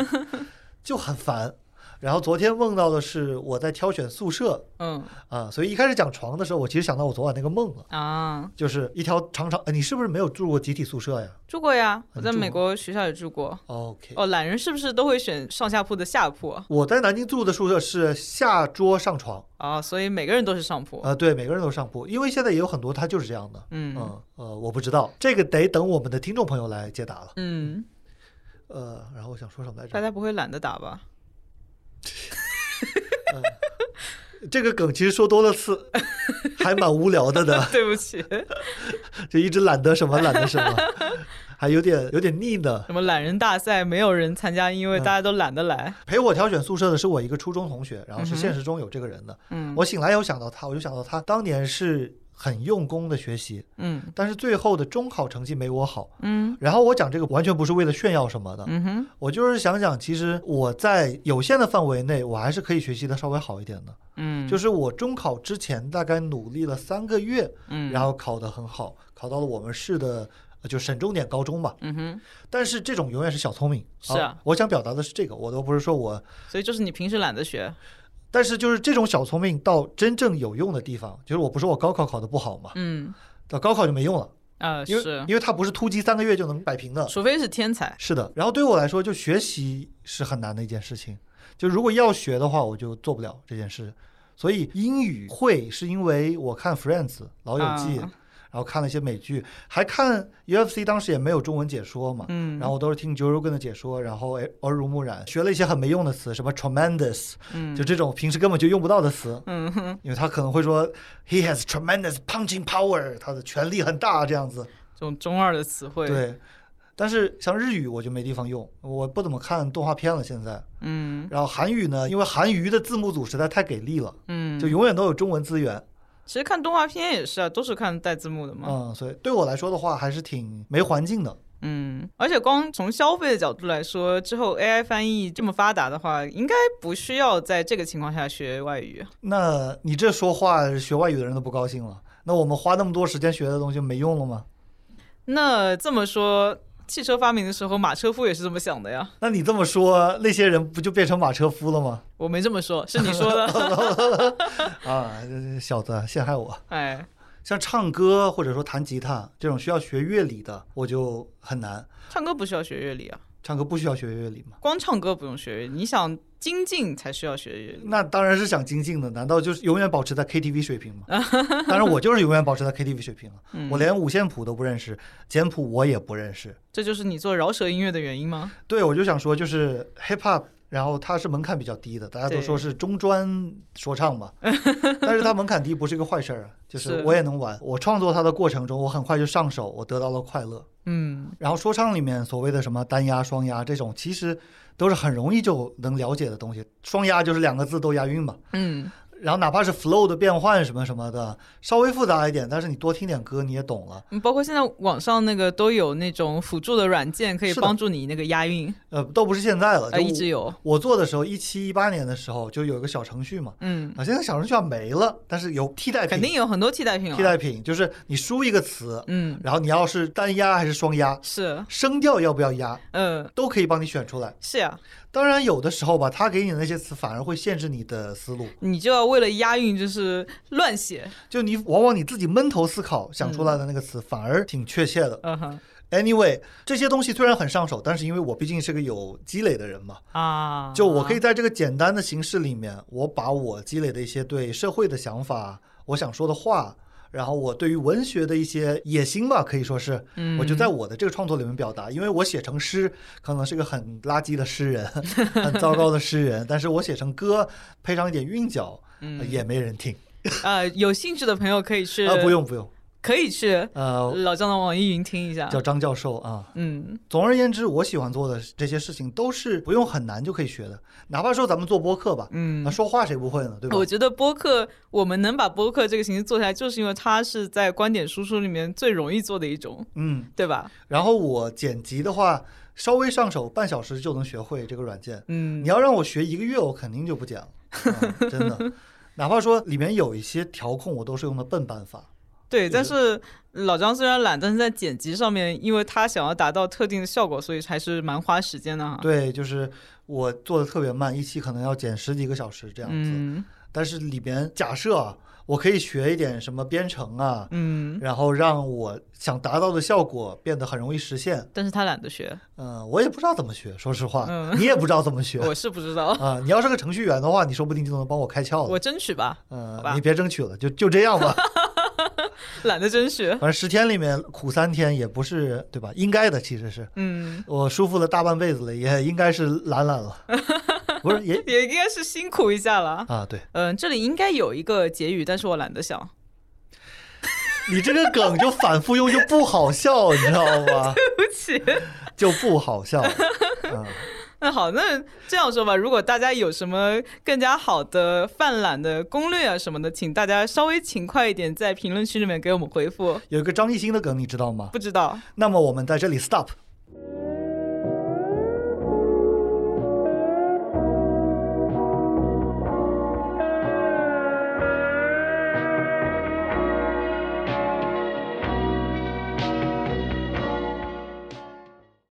S2: 就很烦。然后昨天梦到的是我在挑选宿舍
S1: 嗯
S2: 啊，所以一开始讲床的时候，我其实想到我昨晚那个梦了，
S1: 啊，
S2: 就是一条长长，呃你是不是没有住过集体宿舍呀
S1: 住过呀，我
S2: 嗯
S1: 在
S2: 住
S1: 美
S2: 过
S1: 国学校也住过。
S2: ？OK，
S1: 哦，懒人是不是都会选上下铺的下铺啊？
S2: 我在南京住的宿舍是下桌上床，
S1: 啊，所以每个人都是上铺。
S2: 啊，对，每个人都上铺，因为现在也有很多他就是这样的。
S1: 嗯
S2: 嗯呃，我不知道这个得等我们的听众朋友来解答了。
S1: 嗯，
S2: 呃，然后我想说什么来
S1: 大
S2: 着？
S1: 家不会懒得打吧？
S2: 这个梗其实说多了 次，还蛮无聊的呢，
S1: 对不起，
S2: 就一直懒得什么懒得什 么，还有点有点腻呢。
S1: 什么懒人大赛没有人参加，因
S2: 嗯
S1: 为大家都懒得来。
S2: 陪我挑选宿舍的是我一个初中同学，然后是现实中有这个人的。
S1: 嗯
S2: 我醒来以后想到他，我就想到他当年是很用功的学习，
S1: 嗯
S2: 但是最后的中考成绩没我好。
S1: 嗯
S2: 然后我讲这个完全不是为了炫耀什么的，
S1: 嗯哼
S2: 我就是想讲，其实我在有限的范围内，我还是可以学习的稍微好一点的。
S1: 嗯，
S2: 就是我中考之前大概努力了三个月，
S1: 嗯
S2: 然后考得很好，考到了我们市的呃就省重点高中吧。
S1: 嗯哼，
S2: 但是这种永远是小聪明。
S1: 是啊
S2: 我想表达的是这个，我都不是说我，
S1: 所以就是你平时懒得学。
S2: 但是就是这种小聪明到真正有用的地方，就是我不是我高考考得不好嘛，
S1: 嗯
S2: 到高考就没用了，
S1: 啊、
S2: 因为
S1: 是，
S2: 因为它不是突击三个月就能摆平的。
S1: 除非是天才。
S2: 是的，然后对我来说，就学习是很难的一件事情。就如果要学的话，我就做不了这件事。所以英语会是因为我看《Friends》《老友记》
S1: 啊
S2: 然后看了一些美剧，还看 UFC，当时也没有中文解说嘛，
S1: 嗯
S2: 然后我都是听 Joe Rogan 的解说，然后哎耳濡目染，学了一些很没用的词，什么 tremendous，
S1: 嗯
S2: 就这种平时根本就用不到的词，
S1: 嗯哼，
S2: 因为他可能会说 he has tremendous punching power，他的权力很大这样子，
S1: 这种中二的词汇。，
S2: 对，但是像日语我就没地方用，我不怎么看动画片了现在。
S1: 嗯
S2: 然后韩语呢，因为韩语的字幕组实在太给力了，
S1: 嗯，
S2: 就永远都有中文资源，
S1: 其实看动画片也是啊，都是看带字幕的嘛。
S2: 嗯，所以对我来说的话还是挺没环境的。
S1: 嗯，而且光从消费的角度来说，之后 AI 翻译这么发达的话，应该不需要在这个情况下学外语。啊
S2: 那你这说话学外语的人都不高兴了，那我们花那么多时间学的东西没用了吗？
S1: 那这么说，汽车发明的时候，马车夫也是这么想的呀？
S2: 那你这么说，那些人不就变成马车夫了吗？
S1: 我没这么说，是你说的。
S2: 啊，小子陷害我！
S1: 哎，
S2: 像唱歌或者说弹吉他这种需要学乐理的，我就很难。
S1: 唱歌不需要学乐理啊，
S2: 唱歌不需要学乐理吗？
S1: 光唱歌不用学乐理，你想精进才需要学乐理。
S2: 那当然是想精进的，难道就是永远保持在 KTV 水 平吗？当然，我就是永远保持在 KTV 水平了。啊
S1: 嗯
S2: 我连五线谱都不认识，简谱我也不认识。
S1: 这就是你做饶舌音乐的原因吗？
S2: 对，我就想说，就是 hip hop，然后它是门槛比较低的，大家都
S1: 对
S2: 说是中专说唱 嘛，但是它门槛低不是一个坏事儿啊，就是
S1: 是
S2: 我也能玩。我创作它的过程中，我很快就上手，我得到了快乐。
S1: 嗯，
S2: 然后说唱里面所谓的什么单押、双押这种，其实都是很容易就能了解的东西。双押就是两个字都押韵嘛。
S1: 嗯，
S2: 然后哪怕是 flow 的变换什么什么的，稍微复杂一点，但是你多听点歌你也懂了。
S1: 嗯包括现在网上那个都有那种辅助的软件，可以
S2: 是的
S1: 帮助你那个押韵，
S2: 呃，都不是现在了，
S1: 啊，
S2: 就
S1: 一直有。
S2: 我做的时候，一七一八年的时候就有一个小程序嘛，
S1: 嗯，
S2: 啊，现在小程序要没了，但是有替代品，
S1: 肯定有很多替代品了。啊
S2: 替代品就是你输一个词，
S1: 嗯，
S2: 然后你要是单押还是双押，
S1: 是，
S2: 声调要不要押，
S1: 嗯，
S2: 都可以帮你选出来。
S1: 是啊呀、
S2: 当然有的时候吧，他给你的那些词反而会限制你的思路，
S1: 你就要为了押韵就是乱写。
S2: 就你往往你自己闷头思考想出来的那个词反而挺确切的。
S1: 嗯哼
S2: Anyway，这些东西虽然很上手，但是因为我毕竟是个有积累的人嘛，
S1: 啊，
S2: 就我可以在这个简单的形式里面，我把我积累的一些对社会的想法，我想说的话，然后我对于文学的一些野心吧，可以说是，
S1: 嗯
S2: 我就在我的这个创作里面表达。因为我写成诗，可能是个很垃圾的诗人，很糟糕的诗 人，但是我写成歌，配上一点韵脚，
S1: 嗯
S2: 呃也没人听
S1: 呃，有兴趣的朋友可以去，
S2: 啊，不，用不用，
S1: 可以去
S2: 呃，
S1: 老张的网易云听一下。
S2: 叫张教授啊。
S1: 嗯
S2: 总而言之，我喜欢做的这些事情都是不用很难就可以学的，哪怕说咱们做播客吧，那
S1: 嗯，哦
S2: 说话谁不会呢？对吧
S1: 我？觉得播客，我们能把播客这个形式做下来，就是因为它是在观点输出里面最容易做的一种，
S2: 嗯。
S1: 对吧？
S2: 然后我剪辑的话，稍微上手半小时就能学会这个软件。
S1: 嗯
S2: 你要让我学一个月，我肯定就不剪了，嗯真 的。哪怕说里面有一些调控，我都是用的笨办法。
S1: 对，但是老张虽然懒，但是在剪辑上面，因为他想要达到特定的效果，所以还是蛮花时间的哈。
S2: 对，就是我做的特别慢，一期可能要剪十几个小时这样子。
S1: 嗯
S2: 但是里边假设啊，我可以学一点什么编程啊，
S1: 嗯，
S2: 然后让我想达到的效果变得很容易实现。
S1: 但是他懒得学，
S2: 嗯、我也不知道怎么学，说实话，
S1: 嗯
S2: 你也不知道怎么学啊、
S1: 我是不知道，
S2: 你要是个程序员的话，你说不定就能帮我开窍了
S1: 我。争取吧，
S2: 嗯、
S1: 好吧
S2: 你别争取了，就就这样 吧。
S1: 懒得争取
S2: 反。正十天里面苦三天也不是对吧？应该的，其实是
S1: 嗯，
S2: 我舒服了大半辈子了，也应该是懒懒了。不是也
S1: 也应该是辛苦一下了。
S2: 啊？对
S1: 嗯，这里应该有一个结语，但是我懒 得想。
S2: 你这个梗就反复用，就不好笑，你知道吗？
S1: 对不起。
S2: 就不好笑。嗯，
S1: 那好，那这样说吧，如果大家有什么更加好的犯懒的攻略啊什么的，请大家稍微勤快一点，在评论区里面给我们回复。
S2: 有一个张艺兴的梗，你知道吗？
S1: 不知道，
S2: 那么我们在这里 stop。